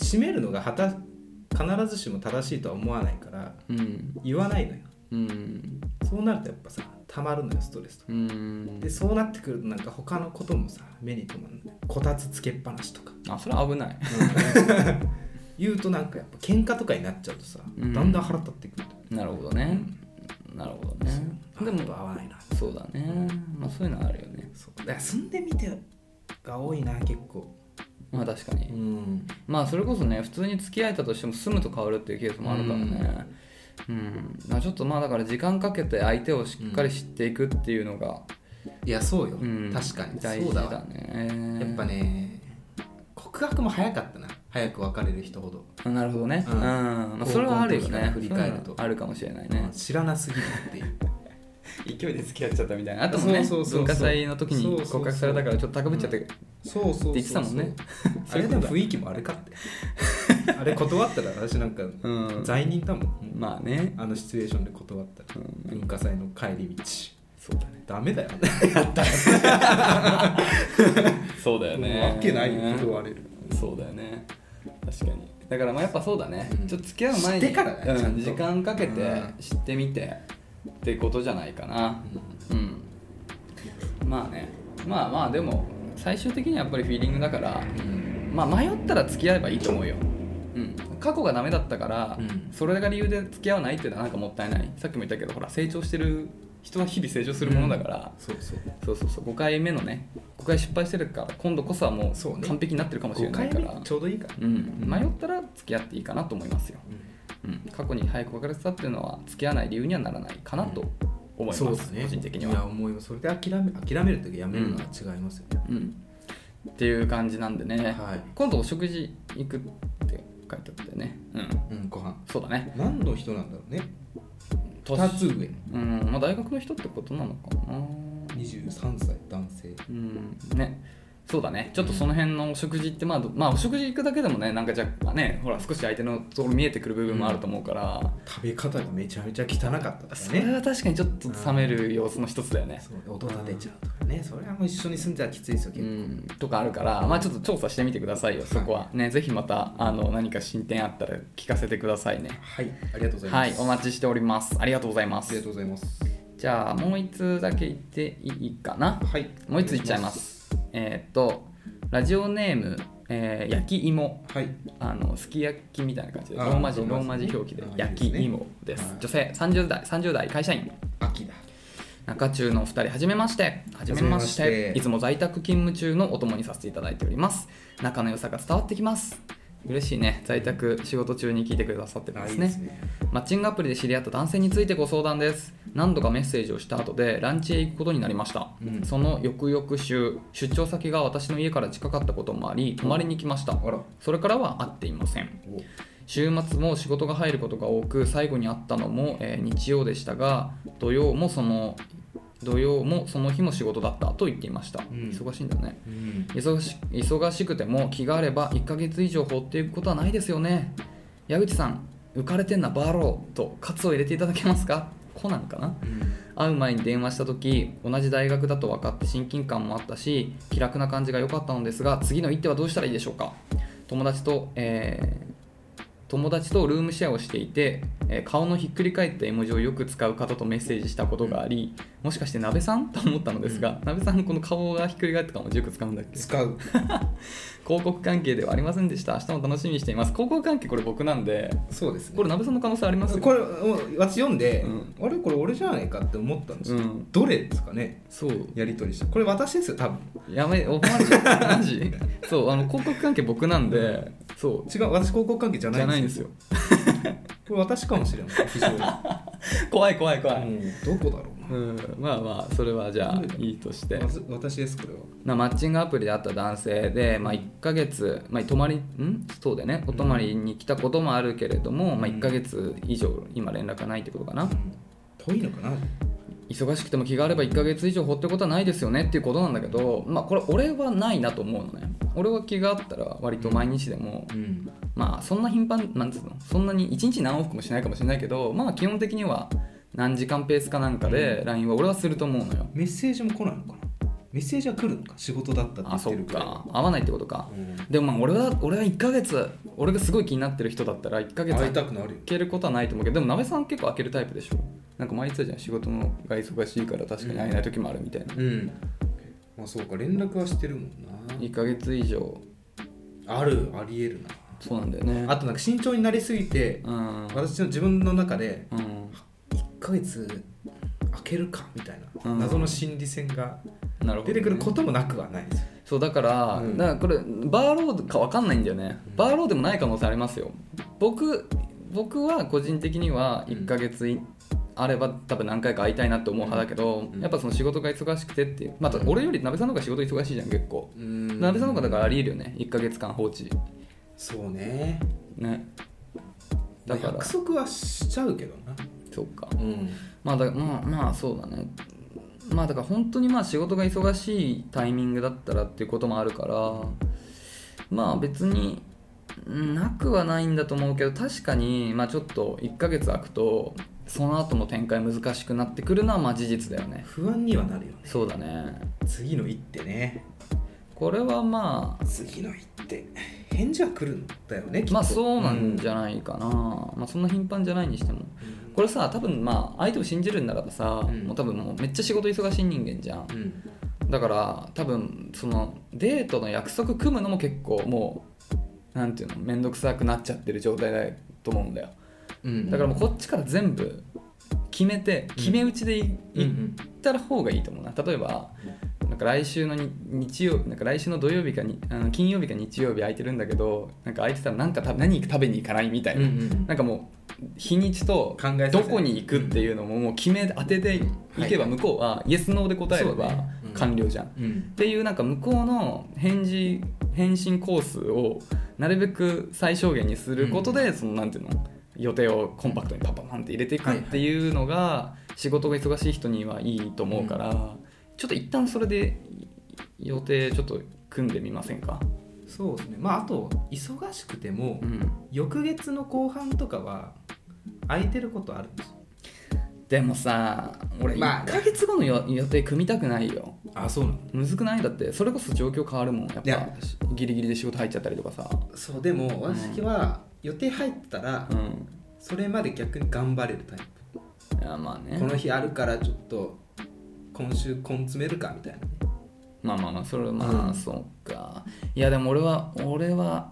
Speaker 1: 閉めるのがはた必ずしも正しいとは思わないから
Speaker 2: うん
Speaker 1: 言わないのよ
Speaker 2: うん
Speaker 1: そうなるとやっぱさたまるのよストレスとか
Speaker 2: うん
Speaker 1: でそうなってくるとなんか他のこともさ目に留まるのよこたつつけっぱなしとか
Speaker 2: あそれは危ない
Speaker 1: 言うとなんかやっぱ喧嘩とかになっちゃうとさ、
Speaker 2: うん
Speaker 1: だんだん腹立ってくると
Speaker 2: なるほどねなるほどねで
Speaker 1: でも
Speaker 2: も
Speaker 1: 合わないな
Speaker 2: そうだねまあそういうのはあるよね
Speaker 1: そうだから住んでみてが多いな結構
Speaker 2: まあ確かに
Speaker 1: うん
Speaker 2: まあそれこそね普通に付き合えたとしても住むと変わるっていうケースもあるからねうん、まあ、ちょっとまあだから時間かけて相手をしっかり知っていくっていうのが、
Speaker 1: いやそうよ、
Speaker 2: うん
Speaker 1: 確かに
Speaker 2: 大事
Speaker 1: そうだ
Speaker 2: だ
Speaker 1: わ
Speaker 2: ね
Speaker 1: やっぱね告白も早かったな早く別れる人ほど、
Speaker 2: あなるほどねう、
Speaker 1: うんん
Speaker 2: まあ、それはあるよ
Speaker 1: 高校の時か
Speaker 2: ね
Speaker 1: ら振り返ると
Speaker 2: そういうのあるかもしれないね
Speaker 1: 知らなすぎるっていう
Speaker 2: 勢いで付き合っちゃったみたいなあともね
Speaker 1: そうそうそうそう
Speaker 2: 文化祭の時に告白されたからちょっと高ぶっちゃって、
Speaker 1: そうそうそう
Speaker 2: って言ってたも んね
Speaker 1: あれでも雰囲気もあれかって あれ断ったら私なんか
Speaker 2: うん、
Speaker 1: 罪人だもん、
Speaker 2: まあね
Speaker 1: あのシチュエーションで断ったら、
Speaker 2: うん
Speaker 1: 文化祭の帰り道
Speaker 2: そうだね
Speaker 1: ダメだよ
Speaker 2: そうだよね
Speaker 1: わけないよ断れる
Speaker 2: そうだよね確かにだからまあやっぱそうだね、
Speaker 1: うん
Speaker 2: ちょっと付き合う前に
Speaker 1: 知ってからだねち
Speaker 2: う
Speaker 1: ゃん
Speaker 2: ん、
Speaker 1: と
Speaker 2: 時間かけて
Speaker 1: うん
Speaker 2: 知ってみてってことじゃないかなうん、まあねまあまあでも最終的にはやっぱりフィーリングだから、
Speaker 1: うん
Speaker 2: まあ迷ったら付き合えばいいと思うよ、うん、過去がダメだったから、
Speaker 1: うん
Speaker 2: それが理由で付き合わないっていうのはなんかもったいないさっきも言ったけどほら成長してる人は日々成長するものだから、
Speaker 1: そうそう
Speaker 2: そうそうそう5回目のね5回失敗してるから今度こそはも
Speaker 1: そう
Speaker 2: う
Speaker 1: ね
Speaker 2: 完璧になってるかもしれ
Speaker 1: 5
Speaker 2: ない
Speaker 1: 回
Speaker 2: から
Speaker 1: 目ちょうどいいから、
Speaker 2: うん、迷ったら付き合っていいかなと思いますよ、
Speaker 1: うん
Speaker 2: うん、過去に早く別れてたっていうのは付き合わない理由にはならないかなと思います、
Speaker 1: そうですね
Speaker 2: 個人的に
Speaker 1: いや
Speaker 2: は、
Speaker 1: 思いますそれで諦め諦める時やめるのは違いますよね、
Speaker 2: うん、っていう感じなんでね、
Speaker 1: はい
Speaker 2: 今度お食事行くって書いてあったよねうん
Speaker 1: うんご飯
Speaker 2: そうだね
Speaker 1: 何の人なんだろうね
Speaker 2: 年
Speaker 1: 2つ上
Speaker 2: うんまあ大学の人ってことなのかな
Speaker 1: 23歳男性
Speaker 2: うんねそうだねちょっとその辺のお食事って、まあ、どまあお食事行くだけでもねなんかじゃあねほら少し相手のところ見えてくる部分もあると思うから、
Speaker 1: 食べ方がめちゃめちゃ汚かったと
Speaker 2: そ
Speaker 1: か
Speaker 2: れ
Speaker 1: ね
Speaker 2: は確かにちょっと冷める要素の一つだよね。
Speaker 1: そう音立てちゃうとかねそれはもう一緒に住んでたらきついですよ
Speaker 2: う
Speaker 1: 結構、
Speaker 2: ん、とかあるから、まあ、ちょっと調査してみてくださいよ、そこは。ね、ぜひまたあの何か進展あったら聞かせてくださいね。
Speaker 1: はいありがとうございま
Speaker 2: はい
Speaker 1: す、、
Speaker 2: お待ちしております。ありがとうございま
Speaker 1: ありが
Speaker 2: す
Speaker 1: と。うございます
Speaker 2: じゃあ、もう一通だけ言っていいかな。
Speaker 1: はい
Speaker 2: もう一通言っちゃいます。えーっと、ラジオネーム、えー焼き芋。
Speaker 1: はい
Speaker 2: あのすき焼きみたいな感じでロ
Speaker 1: あー
Speaker 2: ーマ字ロ
Speaker 1: ロ
Speaker 2: ー
Speaker 1: ー
Speaker 2: マ
Speaker 1: マ字
Speaker 2: 字
Speaker 1: ね
Speaker 2: 表記で
Speaker 1: あー
Speaker 2: 焼き芋で
Speaker 1: いいです
Speaker 2: す
Speaker 1: ね
Speaker 2: 女性30代30代会社員
Speaker 1: 秋だ
Speaker 2: 中中のお二人はじめましてはじめまして
Speaker 1: はじめまして
Speaker 2: いつも在宅勤務中のお供にさせていただいております仲の良さが伝わってきます嬉しいね在宅仕事中に聞いてくださってるん
Speaker 1: あ
Speaker 2: で
Speaker 1: い
Speaker 2: す
Speaker 1: い
Speaker 2: ね
Speaker 1: ですね
Speaker 2: マッチングアプリで知り合った男性についてご相談です何度かメッセージをした後でランチへ行くことになりました、
Speaker 1: うん
Speaker 2: その翌々週出張先が私の家から近かったこともあり泊まりに来ました、
Speaker 1: あら
Speaker 2: それからは会っていません
Speaker 1: お
Speaker 2: 週末も仕事が入ることが多く最後に会ったのも、えー日曜でしたが土曜もその土曜もその日も仕事だったと言っていました、
Speaker 1: ん
Speaker 2: 忙しいんだね
Speaker 1: うん
Speaker 2: 忙し忙しくても気があれば1ヶ月以上放っていくことはないですよね矢口さん浮かれてんなバーローと喝を入れていただけますかコナンかな会う前に電話した時同じ大学だと分かって親近感もあったし気楽な感じが良かったのですが次の一手はどうしたらいいでしょうか友達と、えー友達とルームシェアをしていて、えー顔のひっくり返った絵文字をよく使う方とメッセージしたことがありもしかして鍋さんと 思ったのですが、鍋さんこの顔がひっくり返った顔文字よく使うんだっけ
Speaker 1: 使う
Speaker 2: 広告関係ではありませんでした明日も楽しみにしています広告関係これ僕なんで
Speaker 1: そうですね
Speaker 2: これ鍋さんの可能性ありますよ
Speaker 1: これお私読んで、
Speaker 2: うん
Speaker 1: あれこれ俺じゃないかって思ったんですよ、
Speaker 2: うん
Speaker 1: どれですかね
Speaker 2: そう
Speaker 1: やり取りしたこれ私ですよ多分
Speaker 2: やめおマジマジそうあの広告関係僕なんでそ
Speaker 1: 違う私広告関係じゃ
Speaker 2: う
Speaker 1: な
Speaker 2: じ
Speaker 1: い
Speaker 2: ゃ
Speaker 1: んで
Speaker 2: な
Speaker 1: す
Speaker 2: いん
Speaker 1: よ
Speaker 2: ですよ
Speaker 1: これ私かもしれない非常に、
Speaker 2: 怖い怖い怖い、
Speaker 1: うんどこだろうな
Speaker 2: うん、まあまあそれはじゃあいいとして
Speaker 1: わず私ですこれは
Speaker 2: なマッチングアプリで会った男性で、まあ、1ヶ月、まあ、泊まりんそうだよねお泊まりに来たこともあるけれども、まあ、1ヶ月以上今連絡がないってことかな
Speaker 1: 遠いのかな
Speaker 2: 忙しくても気があれば1ヶ月以上放ってことはないですよねっていうことなんだけど、まあ、これ俺はないなと思うのね俺は気があったら割と毎日でも
Speaker 1: うん
Speaker 2: まあそんな頻繁なんつうのそんなに1日何往復もしないかもしれないけどまあ基本的には何時間ペースかなんかで LINE は俺はすると思うのよ
Speaker 1: メッセージも来ないのかなメッセージは来るのか仕事だったって
Speaker 2: あ
Speaker 1: 言って
Speaker 2: そっ
Speaker 1: るから
Speaker 2: か合わないってことか
Speaker 1: うん
Speaker 2: でもまあ俺は俺は1ヶ月俺がすごい気になってる人だったら1ヶ月
Speaker 1: 会い
Speaker 2: 開
Speaker 1: たくなるよ
Speaker 2: けることはないと思うけどでも鍋さん結構開けるタイプでしょなんか前言ってたじゃん仕事のが忙しいから確かに会えない時もあるみたいな
Speaker 1: うんまあそうか連絡はしてるもんな
Speaker 2: 1ヶ月以上
Speaker 1: あるありえるな
Speaker 2: そうなんだよね
Speaker 1: あとなんか慎重になりすぎて
Speaker 2: うん
Speaker 1: 私の自分の中で
Speaker 2: う
Speaker 1: 1ヶ月開けるかみたいな
Speaker 2: うん
Speaker 1: 謎の心理戦が
Speaker 2: んなるほど
Speaker 1: 出
Speaker 2: ね、
Speaker 1: てくることもなくはないですよ
Speaker 2: そうだから、
Speaker 1: うん
Speaker 2: だからこれバーローか分かんないんだよね、
Speaker 1: うん
Speaker 2: バーローでもない可能性ありますよ僕僕は個人的には
Speaker 1: うん
Speaker 2: 1ヶ月いあれば多分何回か会いたいなって思う派だけど、
Speaker 1: うん
Speaker 2: やっぱその仕事が忙しくてっていうまた
Speaker 1: うん
Speaker 2: 俺より鍋さんの方が仕事忙しいじゃん結構
Speaker 1: うん
Speaker 2: 鍋さんの方がだからありえるよね1ヶ月間放置
Speaker 1: そうね
Speaker 2: ねだから
Speaker 1: 約束はしちゃうけどな
Speaker 2: そうか
Speaker 1: うん
Speaker 2: まあだまあまあそうだねまあだから本当にまあ仕事が忙しいタイミングだったらっていうこともあるからまあ別にうんなくはないんだと思うけど確かにまあちょっと1ヶ月空くとその後の展開難しくなってくるのはまあ事実だよね
Speaker 1: 不安にはなるよね
Speaker 2: そうだね
Speaker 1: 次の一手ね
Speaker 2: これはまあ
Speaker 1: 次の一手返事は来るんだよねきっと
Speaker 2: まあそうなんじゃないかな、まあそんな頻繁じゃないにしてもこれさ多分まあ相手を信じるんならばさ、
Speaker 1: うん
Speaker 2: もう多分もうめっちゃ仕事忙しい人間じゃん
Speaker 1: うんうん
Speaker 2: だから多分そのデートの約束組むのも結構もうなんていうの面倒くさくなっちゃってる状態だと思うんだよ
Speaker 1: うん
Speaker 2: だからもうこっちから全部決めて決め打ちでい
Speaker 1: うんう
Speaker 2: いっ
Speaker 1: ん
Speaker 2: た方がいいと思うな例えばなんか来週のに日曜なんか来週の土曜日かにあの金曜日か日曜日空いてるんだけどなんか空いてたらなんか食べ何食べに行かないみたいな、
Speaker 1: うん
Speaker 2: なんかもう日にちと
Speaker 1: 考えさせ
Speaker 2: どこに行くっていうのももう決め当てていけば向こうはイエス・ノーで答えれば
Speaker 1: そうねうん
Speaker 2: 完了じゃん。
Speaker 1: うん
Speaker 2: っていうなんか向こうの返事返信コースをなるべく最小限にすることで、そのなんていうの予定をコンパクトにパパパンって入れていく
Speaker 1: はいはい
Speaker 2: っていうのが仕事が忙しい人にはいいと思うから、ちょっと一旦それで予定ちょっと組んでみませんか、
Speaker 1: そうですねまああと忙しくても
Speaker 2: うん、
Speaker 1: 翌月の後半とかは空いてることあるんですよ
Speaker 2: でもさ俺
Speaker 1: まあ
Speaker 2: 1ヶ月後のよ予定組みたくないよ
Speaker 1: あそうなん
Speaker 2: むずくないだってそれこそ状況変わるもんやっ
Speaker 1: いや
Speaker 2: ぱギリギリで仕事入っちゃったりとかさ
Speaker 1: そうでも私は予定入ったら
Speaker 2: うん
Speaker 1: それまで逆に頑張れるタイプ
Speaker 2: いやまあね
Speaker 1: この日あるからちょっと今週根詰めるかみたいなね
Speaker 2: まあまあまあそれはま
Speaker 1: う
Speaker 2: あ
Speaker 1: ん
Speaker 2: そうか、いやでも俺は俺は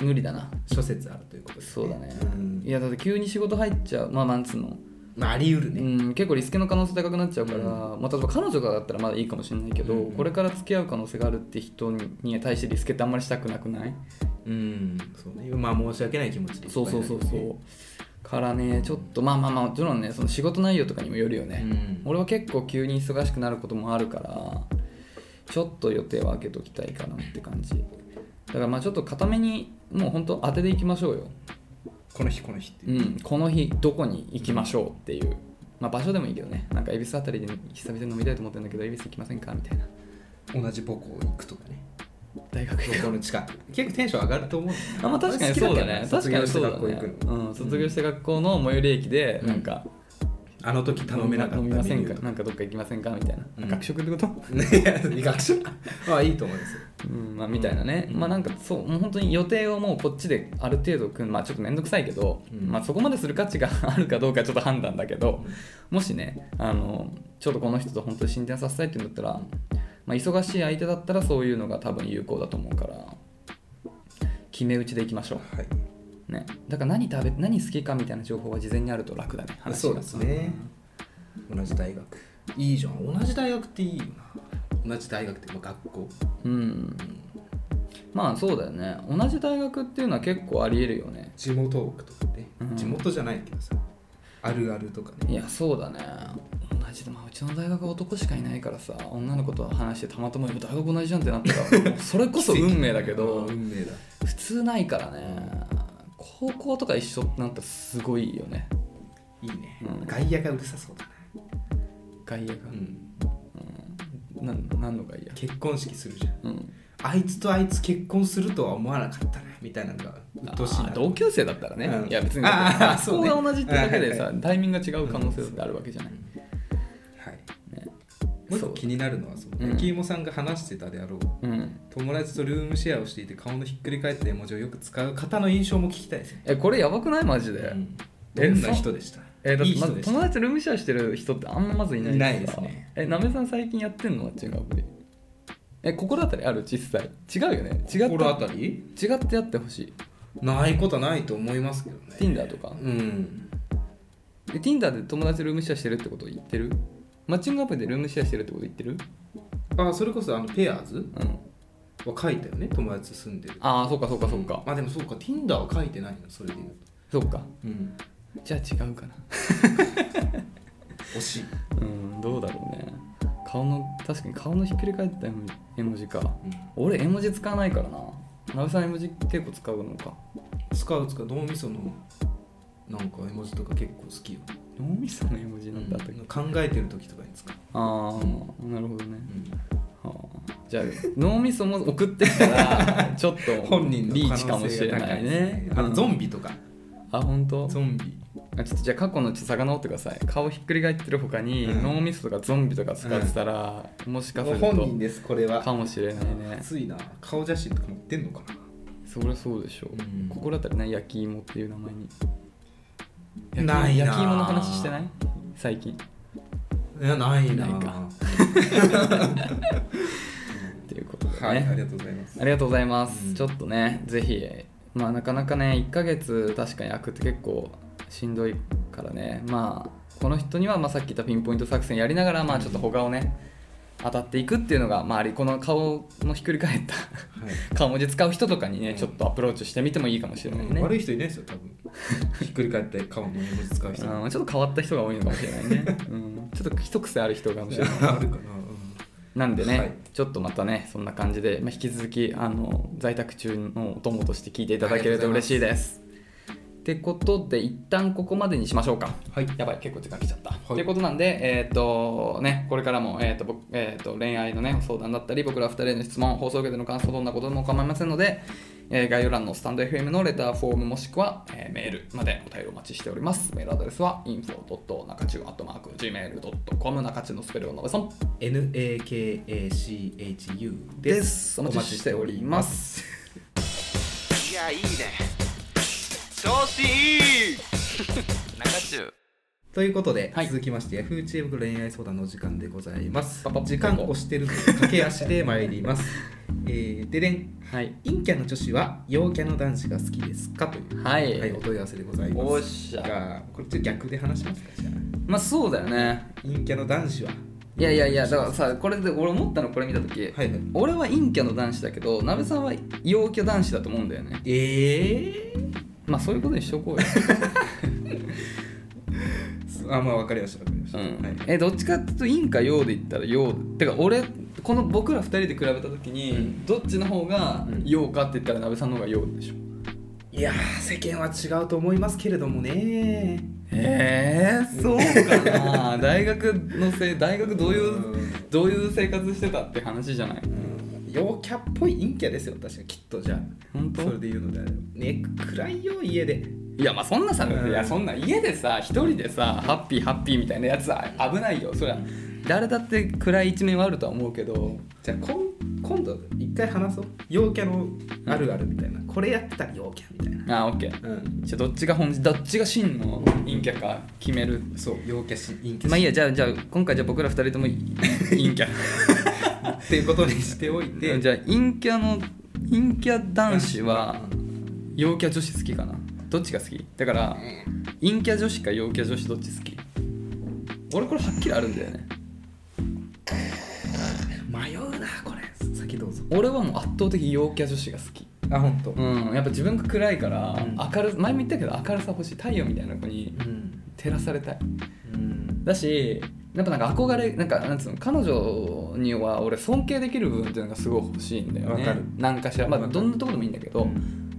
Speaker 2: 無理だな
Speaker 1: 諸説あるということです
Speaker 2: そうだね
Speaker 1: うん
Speaker 2: いやだって急に仕事入っちゃうまあなんつうの、
Speaker 1: まああり得る
Speaker 2: う
Speaker 1: ね
Speaker 2: ん、結構リスケの可能性高くなっちゃうから、まあ、例えば彼女がだったらまだいいかもしれないけど、
Speaker 1: うんうん
Speaker 2: これから付き合う可能性があるって人にに対してリスケってあんまりしたくなくない
Speaker 1: うんそうねまあ申し訳ない気持ちでいっぱい
Speaker 2: そうそうそうそ
Speaker 1: になる
Speaker 2: うからねちょっとまあまあまあもちろんねその仕事内容とかにもよるよね、
Speaker 1: ね
Speaker 2: 俺は結構急に忙しくなることもあるからちょっと予定は空けときたいかなって感じだからまあちょっと固めにもう本当当てていきましょうよ、
Speaker 1: この日この日って
Speaker 2: う、
Speaker 1: いうん
Speaker 2: この日どこに行きましょうっていうまあ場所でもいいけどねなんか恵比寿あたりで久々に飲みたいと思ってるんだけど恵比寿行きませんかみたいな
Speaker 1: 同じ母校行くとかね
Speaker 2: 大学行
Speaker 1: 母校
Speaker 2: く
Speaker 1: の近く結構テンション上がると思う
Speaker 2: あまあ確かにそうだね
Speaker 1: 俺好
Speaker 2: 確
Speaker 1: き
Speaker 2: か
Speaker 1: だ
Speaker 2: に
Speaker 1: けど
Speaker 2: そうだね
Speaker 1: 卒業して学校行くの
Speaker 2: うん、卒業して学校の最寄り駅で
Speaker 1: うん
Speaker 2: なんか、
Speaker 1: あの時頼めなかった
Speaker 2: 飲みませんか
Speaker 1: メニューと
Speaker 2: なんかどっか行きませんかみたいな、
Speaker 1: うん
Speaker 2: 学食ってこと、
Speaker 1: ね いや学習ああいいと思いますよ
Speaker 2: うんまあ、みたいなね、
Speaker 1: うん
Speaker 2: まあなんかそうもう本当に予定をもうこっちである程度組むまあちょっと面倒くさいけど、
Speaker 1: うん
Speaker 2: まあ、そこまでする価値が あるかどうかちょっと判断だけどもしねあのちょっとこの人と本当に進展させたいって言うんだったら、まあ、忙しい相手だったらそういうのが多分有効だと思うから決め打ちでいきましょ
Speaker 1: はいう
Speaker 2: ねだから何食べ何好きかみたいな情報は事前にあると楽だね話が
Speaker 1: そうですね同じ大学いいじゃん同じ大学っていいよな同じ大学って、まあ、学校
Speaker 2: うんまあそうだよね同じ大学っていうのは結構ありえるよね
Speaker 1: 地元奥とかね、
Speaker 2: うん
Speaker 1: 地元じゃないけどさあるあるとかね
Speaker 2: いやそうだね同じでまあうちの大学は男しかいないからさ女の子と話してたまたまいや大学同じじゃんってなったか らもうそれこそ運命だけ
Speaker 1: あ
Speaker 2: ど
Speaker 1: ー運命だ
Speaker 2: 普通ないからね高校とか一緒ってなったらすごいよね
Speaker 1: いいね、
Speaker 2: うん
Speaker 1: 外野がうるさそうだな、
Speaker 2: 外野が、
Speaker 1: ん、
Speaker 2: うん、なん何の外野
Speaker 1: 結婚式するじゃん
Speaker 2: うん
Speaker 1: あいつとあいつ結婚するとは思わなかったなみたいなのが鬱陶しい
Speaker 2: あ
Speaker 1: な
Speaker 2: ー同級生だったらね、
Speaker 1: うん
Speaker 2: いや別に
Speaker 1: あー
Speaker 2: だって
Speaker 1: そうね
Speaker 2: 学校が同じってだけでさ、
Speaker 1: はい
Speaker 2: タイミングが違う可能性だってあるわけじゃない、
Speaker 1: はい
Speaker 2: ね
Speaker 1: もう一
Speaker 2: そ
Speaker 1: 個
Speaker 2: う
Speaker 1: 気になるのはその
Speaker 2: うん
Speaker 1: 焼き芋さんが話してたであろう
Speaker 2: うん
Speaker 1: 友達とルームシェアをしていて顔のひっくり返った絵文字をよく使う方の印象も聞きたいですね、
Speaker 2: えこれやばくないマジで、
Speaker 1: うんど
Speaker 2: え
Speaker 1: んな人でした
Speaker 2: えだっ
Speaker 1: い
Speaker 2: て
Speaker 1: い
Speaker 2: ま
Speaker 1: 人
Speaker 2: ず
Speaker 1: でした
Speaker 2: 友達とルームシェアしてる人ってあんままずいない
Speaker 1: いないですね
Speaker 2: えなべさん最近やってんのマッチングアプリえ心当たりある実際違うよね違って
Speaker 1: 心当たり
Speaker 2: 違ってやってほしい
Speaker 1: ないことはないと思いますけどね
Speaker 2: Tinder とか
Speaker 1: うん
Speaker 2: え Tinder で友達とルームシェアしてるってこと言ってるマッチングアプリでルームシェアしてるってこと言ってる
Speaker 1: あそれこそあのペアーズ
Speaker 2: うん
Speaker 1: は書いたよね友達と住んでる
Speaker 2: ああそうかそうかそうか、
Speaker 1: あでもそうか Tinder は書いてないのそれで言うと
Speaker 2: そうか
Speaker 1: うん
Speaker 2: じゃあ違うかな
Speaker 1: 惜しい、
Speaker 2: うんどうだろうね顔の確かに顔のひっくり返った絵文字絵文字か
Speaker 1: うん、
Speaker 2: 俺絵文字使わないからななべさん絵文字結構使うのか
Speaker 1: 使う使う脳みそのなんか絵文字とか結構好きよ
Speaker 2: 脳みその絵文字なんだとか、
Speaker 1: 考えてる時とかに使う、
Speaker 2: ああなるほどね、
Speaker 1: う
Speaker 2: はあ、じゃあ脳みそも送ってきた らちょっと
Speaker 1: ん、本人の
Speaker 2: リーチかもしれないね
Speaker 1: あのゾン
Speaker 2: ビ
Speaker 1: ビとか、
Speaker 2: あ本当
Speaker 1: ゾンビ
Speaker 2: あちょっとじゃあ過去のちょっと遡ってください顔ひっくり返ってる他に、
Speaker 1: うん
Speaker 2: 脳みそとかゾンビとか使ってたら、もしかする
Speaker 1: 本人
Speaker 2: と
Speaker 1: ですこれは
Speaker 2: かもしれないね
Speaker 1: 熱いな顔写真とか持ってんのか
Speaker 2: そりゃそうでしょ
Speaker 1: う
Speaker 2: う、
Speaker 1: ん
Speaker 2: 心当たりない焼き芋っていう名前に
Speaker 1: なないな
Speaker 2: 焼き芋の話してない最近
Speaker 1: ないやないな
Speaker 2: ないかっていうことでね、
Speaker 1: はい、ありがとうございます
Speaker 2: ありがとうございます、
Speaker 1: うん
Speaker 2: ちょっとねぜひまあなかなかね1ヶ月確かに空くって結構しんどいからねまあこの人にはまあさっき言ったピンポイント作戦やりながらまあちょっと他をね当たっていくっていうのがまあありこの顔のひっくり返った
Speaker 1: はい
Speaker 2: 顔文字使う人とかにね、
Speaker 1: うん
Speaker 2: ちょっとアプローチしてみてもいいかもしれないね、
Speaker 1: 悪い人いないですよ多分ひっくり返って顔の絵文字使う人
Speaker 2: うんちょっと変わった人が多いのかもしれないね、うん、ちょっと一癖ある人かもしれない
Speaker 1: あるかな、
Speaker 2: なんでね、
Speaker 1: はい
Speaker 2: ちょっとまたねそんな感じで、まあ、引き続きあの在宅中のお供として聞いていただけると嬉しいです。ってことで一旦ここまでにしましょうか。
Speaker 1: はい
Speaker 2: やばい結構時間来ちゃった。
Speaker 1: い
Speaker 2: ということなんで、えーっとね、これからも、えーっと僕えーっと恋愛の、ね、相談だったり僕ら2人への質問放送局での感想どんなことでも構いませんので、えー概要欄のスタンド FM のレターフォームもしくは、えーメールまでお便りお待ちしております。メールアドレスは info.nakachu.gmail.com 中中のスペルを述べそん
Speaker 1: NAKACHU
Speaker 2: で
Speaker 1: ですす
Speaker 2: お待ちしております
Speaker 3: いやいいね調子いい中中
Speaker 1: ということで、
Speaker 2: はい
Speaker 1: 続きまして Yahoo! 知恵袋恋愛相談の時間でございます
Speaker 2: パパ
Speaker 1: 時間を押してると駆け足で参りますえー、ででん
Speaker 2: はい
Speaker 1: 陰キャの女子は陽キャの男子が好きですかという
Speaker 2: はい
Speaker 1: お問い合わせでございます
Speaker 2: おっしゃ
Speaker 1: がこれちょっと逆で話しますかじゃあ
Speaker 2: まあそうだよね
Speaker 1: 陰キャの男子はい
Speaker 2: やいやいやだからさこれで俺思ったのこれ見た時、
Speaker 1: はいはい
Speaker 2: 俺は陰キャの男子だけど鍋さんは陽キャ男子だと思うんだよね
Speaker 1: えー
Speaker 2: まあそういうことにしとこうよ、
Speaker 1: あまあ分かりました分かりまし
Speaker 2: う
Speaker 1: た、
Speaker 2: ん
Speaker 1: はい、
Speaker 2: えどっちかっていうと陰か陽で言ったら陽てか俺この僕ら二人で比べた時に、
Speaker 1: うん
Speaker 2: どっちの方が
Speaker 1: うん
Speaker 2: 陽かって言ったら鍋さんの方が陽でしょ
Speaker 1: いやー世間は違うと思いますけれどもね
Speaker 2: ええー、そうかな大学のせい大学どういうどういう生活してたって話じゃない
Speaker 1: うん陽キャっぽい陰キャですよ私はきっとじゃあ
Speaker 2: 本当
Speaker 1: それで言うのであればね暗いよ家で
Speaker 2: いやまあそんなさ、
Speaker 1: うん
Speaker 2: いやそんな家でさ一人でさハッピーハッピーみたいなやつは危ないよそりゃ誰だって暗い一面はあるとは思うけど
Speaker 1: じゃあこん今度一回話そう陽キャのあるあるみたいな、これやってたら陽キャみたいな
Speaker 2: あオッケー
Speaker 1: うん
Speaker 2: じゃあどっちが本どっちが真の陰キャか決める
Speaker 1: そう陽キャし陰キャし
Speaker 2: まあいいやじゃあじゃあ今回じゃあ僕ら二人ともい 陰キャ
Speaker 1: っていうことにしておいて
Speaker 2: でじゃあ陰キャの陰キャ男子は
Speaker 1: うん
Speaker 2: 陽キャ女子好きかなどっちが好きだから陰キャ女子か陽キャ女子どっち好き俺これはっきりあるんだよね
Speaker 1: 迷うなこれ先どうぞ
Speaker 2: 俺はもう圧倒的陽キャ女子が好き
Speaker 1: あ本当。
Speaker 2: うんやっぱ自分が暗いから
Speaker 1: うん
Speaker 2: 明る前も言ったけど明るさ欲しい太陽みたいな子に
Speaker 1: うん
Speaker 2: 照らされたい
Speaker 1: うん
Speaker 2: だしやっぱなんか憧れなんかなんつうの彼女には俺尊敬できる部分っていうのがすごい欲しいんだよね
Speaker 1: わかる
Speaker 2: なんかしら、まあ、
Speaker 1: わかる
Speaker 2: どんなところでもいいんだけど、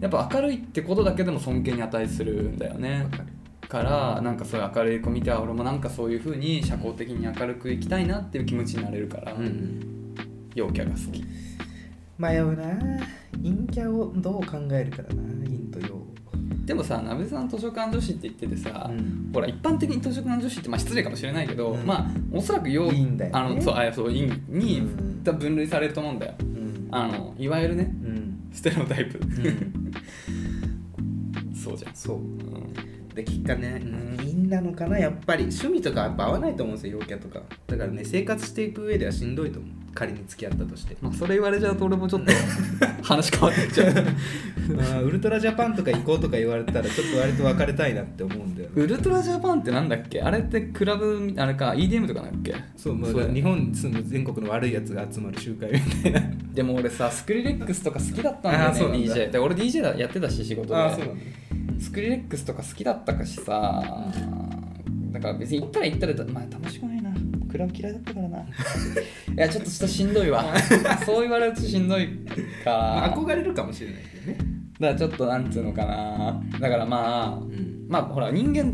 Speaker 2: やっぱ明るいってことだけでも尊敬に値するんだよね
Speaker 1: わかる
Speaker 2: からなんかそういう明るい子見てあ俺もなんかそういうふうに社交的に明るく生きたいなっていう気持ちになれるから、
Speaker 1: うん
Speaker 2: 陽キャが好き
Speaker 1: 迷うな陰キャをどう考えるかだな陰と陽
Speaker 2: でもさ鍋さん図書館女子って言っててさ、
Speaker 1: うん
Speaker 2: ほら一般的に図書館女子ってまあ失礼かもしれないけど、
Speaker 1: うん
Speaker 2: まあおそらく陽
Speaker 1: いいんだよね
Speaker 2: あのそうあそういいに
Speaker 1: うん
Speaker 2: 多分分類されると思うんだよ
Speaker 1: うん
Speaker 2: あのいわゆるね
Speaker 1: うん
Speaker 2: ステレオタイプ、
Speaker 1: ん
Speaker 2: そうじゃん、
Speaker 1: そう
Speaker 2: うん
Speaker 1: で結果ね
Speaker 2: うん
Speaker 1: 陰なのかなやっぱり趣味とかやっぱ合わないと思うんですよ陽キャとかだからね生活していく上ではしんどいと思う仮に付き合ったとして
Speaker 2: まあ、それ言われちゃうと俺もちょっと 話変わってっちゃう
Speaker 1: あーウルトラジャパンとか行こうとか言われたらちょっと割と別れたいなって思うんだよね
Speaker 2: ウルトラジャパンってなんだっけあれってクラブみあれか EDM とかなんだっけ
Speaker 1: そう、まあ、
Speaker 2: だよね
Speaker 1: 日本に住む全国の悪いやつが集まる集会みたいな。
Speaker 2: でも俺さスクリレックスとか好きだったんだ
Speaker 1: あーそう
Speaker 2: よ
Speaker 1: な
Speaker 2: ね
Speaker 1: んだ
Speaker 2: DJ で俺 DJ だやってたし仕事で
Speaker 1: なんだ。
Speaker 2: スクリレックスとか好きだったかしさだから別に行ったら行ったらだまあ楽しくないなクラブ嫌いだっ たからないやちょっとしたしんどいわそう言われるとしんどいか、
Speaker 1: まあ
Speaker 2: だか
Speaker 1: 憧れるかもしれないけどね。
Speaker 2: らちょっとなんつうのかなだからまあ
Speaker 1: うん。
Speaker 2: まあほら人間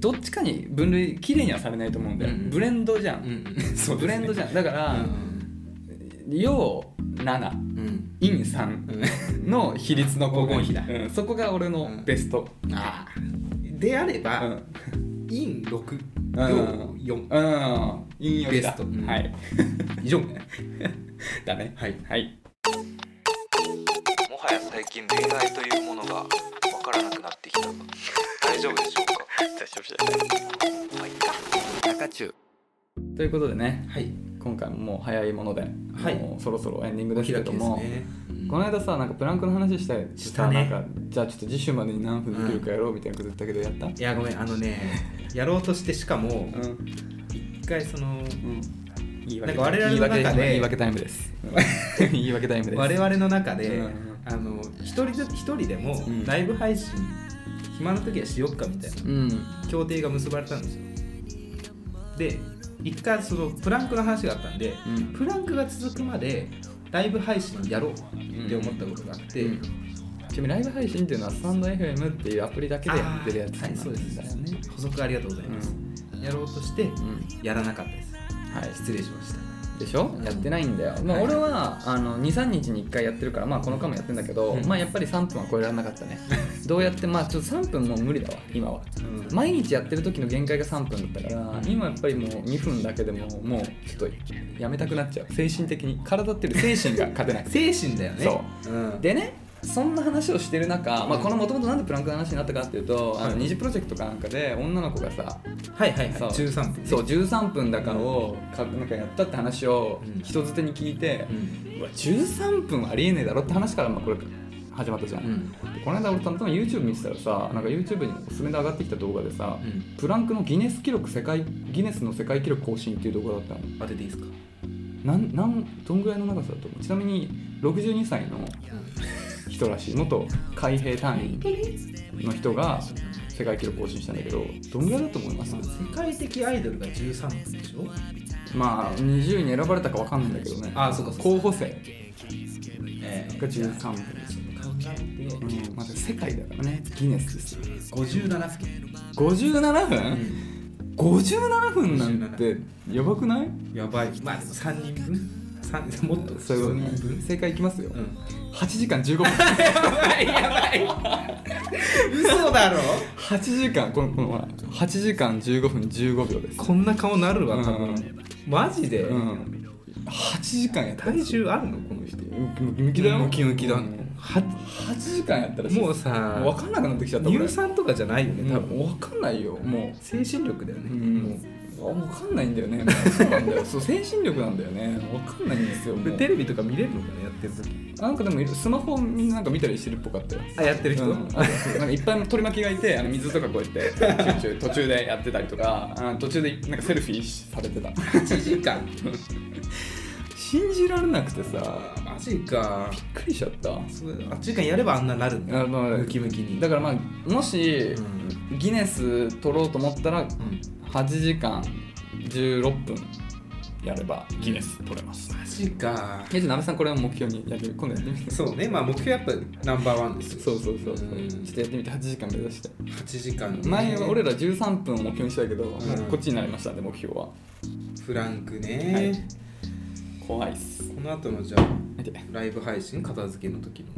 Speaker 2: どっちかに分類綺麗にはされないと思うんだよ、
Speaker 1: うんうん
Speaker 2: ブレンドじゃん、
Speaker 1: うん。そう、
Speaker 2: ブレンドじ
Speaker 1: ゃ
Speaker 2: ゃんだから陽7
Speaker 1: うん。
Speaker 2: 陰3
Speaker 1: うん。
Speaker 2: の比率の黄金比
Speaker 1: 黄金比
Speaker 2: うんそこが俺のベスト、
Speaker 1: ああ。であれ
Speaker 2: う
Speaker 1: ば、
Speaker 2: ん
Speaker 1: 陰6、
Speaker 2: う
Speaker 1: 陽
Speaker 2: ん
Speaker 1: 4。
Speaker 2: うん陰陽
Speaker 1: ベ
Speaker 2: ベ
Speaker 1: ス
Speaker 2: ス
Speaker 1: ト
Speaker 2: ト、
Speaker 1: うん
Speaker 2: はい
Speaker 1: 以上。
Speaker 2: だねはいはい
Speaker 3: もはや最近恋愛というものがわからなくなってきたが大丈夫でしょうか大丈夫じゃないまあいいか中中
Speaker 2: ということでね
Speaker 1: はい。
Speaker 2: 今回ももう早いもので、
Speaker 1: はい
Speaker 2: もうそろそろエンディングですけ
Speaker 1: 開
Speaker 2: れ
Speaker 1: きで
Speaker 2: ど
Speaker 1: す
Speaker 2: も、
Speaker 1: ね。うん
Speaker 2: この間さなんかプランクの話したり
Speaker 1: したね
Speaker 2: なんかじゃあちょっと次週までに何分できるかやろうみたいなこと言ったけどやった、
Speaker 1: いや、ごめん、あのね、やろうとして、しかも、
Speaker 2: うん
Speaker 1: 一回その、
Speaker 2: 言い
Speaker 1: なん
Speaker 2: 訳
Speaker 1: か我々の中で
Speaker 2: 言い訳タイムです 言い訳タイムです
Speaker 1: 我々の中で
Speaker 2: うん、
Speaker 1: あの、一人ず一人でも
Speaker 2: うん
Speaker 1: ライブ配信、暇な時はしよっかみたいな。
Speaker 2: うん
Speaker 1: 協定が結ばれたんですよで一回そのプランクの話があったんで、
Speaker 2: うん
Speaker 1: プランクが続くまでライブ配信やろうって思ったことがあって、
Speaker 2: うん君ライブ配信っていうのはスタンド FM っていうアプリだけでやってるやつ
Speaker 1: あーはいそうです
Speaker 2: だよね
Speaker 1: 補足ありがとうございます、やろうとして
Speaker 2: うん、うん
Speaker 1: やらなかったです
Speaker 2: はい
Speaker 1: 失礼しました
Speaker 2: でしょ
Speaker 1: うん
Speaker 2: やってないんだよ、まあ、
Speaker 1: はい
Speaker 2: 俺はあの23日に1回やってるから、まあ、この間もやってんだけど、
Speaker 1: うん
Speaker 2: まあ、やっぱり3分は超えられなかったねどうやってまあちょっと3分もう無理だわ今は
Speaker 1: ま
Speaker 2: 毎日やってる時の限界が3分だったから今やっぱりもう2分だけでももうちょっとやめたくなっちゃう精神的に体っていうより精神が勝てなくて
Speaker 1: 精神だよね、
Speaker 2: そう
Speaker 1: ん、
Speaker 2: でねそんな話をしてる中、まあ、このもともとなんでプランクの話になったかっていうと、あ
Speaker 1: は
Speaker 2: の
Speaker 1: い
Speaker 2: 二次プロジェクトかなんかで女の子がさ
Speaker 1: はいはいはい
Speaker 2: そう
Speaker 1: 13分
Speaker 2: そう13分だからをかなんかやったって話を
Speaker 1: うん
Speaker 2: 人づてに聞いて
Speaker 1: う、ん
Speaker 2: うわ13分ありえねえだろって話からまあこれ始まったじゃん、
Speaker 1: うん
Speaker 2: でこの間俺たまたま YouTube 見てたらさなんか YouTube におすすめで上がってきた動画でさ、
Speaker 1: うん
Speaker 2: プランクのギネス記録世界ギネスの世界記録更新っていう動画だったの
Speaker 1: 当てていいですか、
Speaker 2: なんなんどんぐらいの長さだと思うちなみに62歳の人らしい元海兵隊員の人が世界記録更新したんだけどどんぐらいだと思います
Speaker 1: 世界的アイドルが13分でしょ
Speaker 2: まあ20に選ばれたかわかんないんだけどね
Speaker 1: あそうかそうか
Speaker 2: 候補生
Speaker 1: え
Speaker 2: が13分ですよ、
Speaker 1: 考えて
Speaker 2: うんまあ、世界だからねギネスですよ
Speaker 1: 57分
Speaker 2: 57
Speaker 1: う
Speaker 2: 分、
Speaker 1: ん
Speaker 2: 57分なんてやばくない
Speaker 1: やばいまあでも3人分三もっと
Speaker 2: そういうことね正解いきますよ、
Speaker 1: うん
Speaker 2: 8時間15分
Speaker 1: 嘘だろ
Speaker 2: 8時間このこのほら8時間15分15秒です
Speaker 1: こんな顔なるわ多
Speaker 2: う
Speaker 1: 分
Speaker 2: ん
Speaker 1: マジで
Speaker 2: うん8時間やった
Speaker 1: 体重あるのこの人
Speaker 2: ムキムキだよ
Speaker 1: ムキムキだ
Speaker 2: う
Speaker 1: ね
Speaker 2: ん
Speaker 1: は
Speaker 2: 8時間やったらしい
Speaker 1: もうさ
Speaker 2: 分かんなくなってきちゃった俺
Speaker 1: 乳酸とかじゃないよね多分
Speaker 2: うん分かんないよも
Speaker 1: 精神力だよ
Speaker 2: う、う
Speaker 1: ねも
Speaker 2: ん、分かんないんだよねそうなんだよそう精神力なんだよね分かんないんですよ
Speaker 1: う
Speaker 2: も
Speaker 1: これ
Speaker 2: う
Speaker 1: テレビとか見れるのかなやってる時
Speaker 2: なんかでもスマホみんななんか見たりしてるっぽかったよ
Speaker 1: あやってる人
Speaker 2: うんあそうなんかいっぱい取り巻きがいてあの水とかこうやってチューチュー途中でやってたりとかあ途中でなんかセルフィーされてた
Speaker 1: 8時間
Speaker 2: 信じられなくてさびっ
Speaker 1: マジか
Speaker 2: くりしちゃった
Speaker 1: そう8時間やればあんななるんだ
Speaker 2: あまあ
Speaker 1: ムキムキに
Speaker 2: だからまあもし
Speaker 1: う、ん
Speaker 2: ギネス取ろうと思ったら8時間16分やればギネス取れます
Speaker 1: マジか
Speaker 2: えじゃあなべさんこれを目標にやる今度やってみて
Speaker 1: そうねまあ目標やっぱナンバーワンですよ
Speaker 2: そうそうそうそう
Speaker 1: うん
Speaker 2: ちょっとやってみて8時間目指して
Speaker 1: 8時間
Speaker 2: 前は俺ら13分を目標にしたけど、もうこっちになりましたね目標は
Speaker 1: フランク
Speaker 2: は
Speaker 1: ね
Speaker 2: い怖いっす
Speaker 1: この後のじゃあ
Speaker 2: 見て
Speaker 1: ライブ配信片付けの時の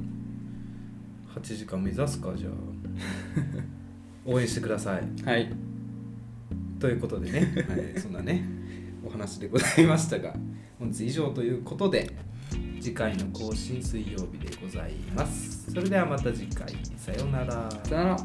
Speaker 1: 8時間目指すか じゃあ応援してください
Speaker 2: はい
Speaker 1: ということでね、はい、そんなねお話でございましたが本日以上ということで次回の更新水曜日でございますそれではまた次回さようなら
Speaker 2: さよなら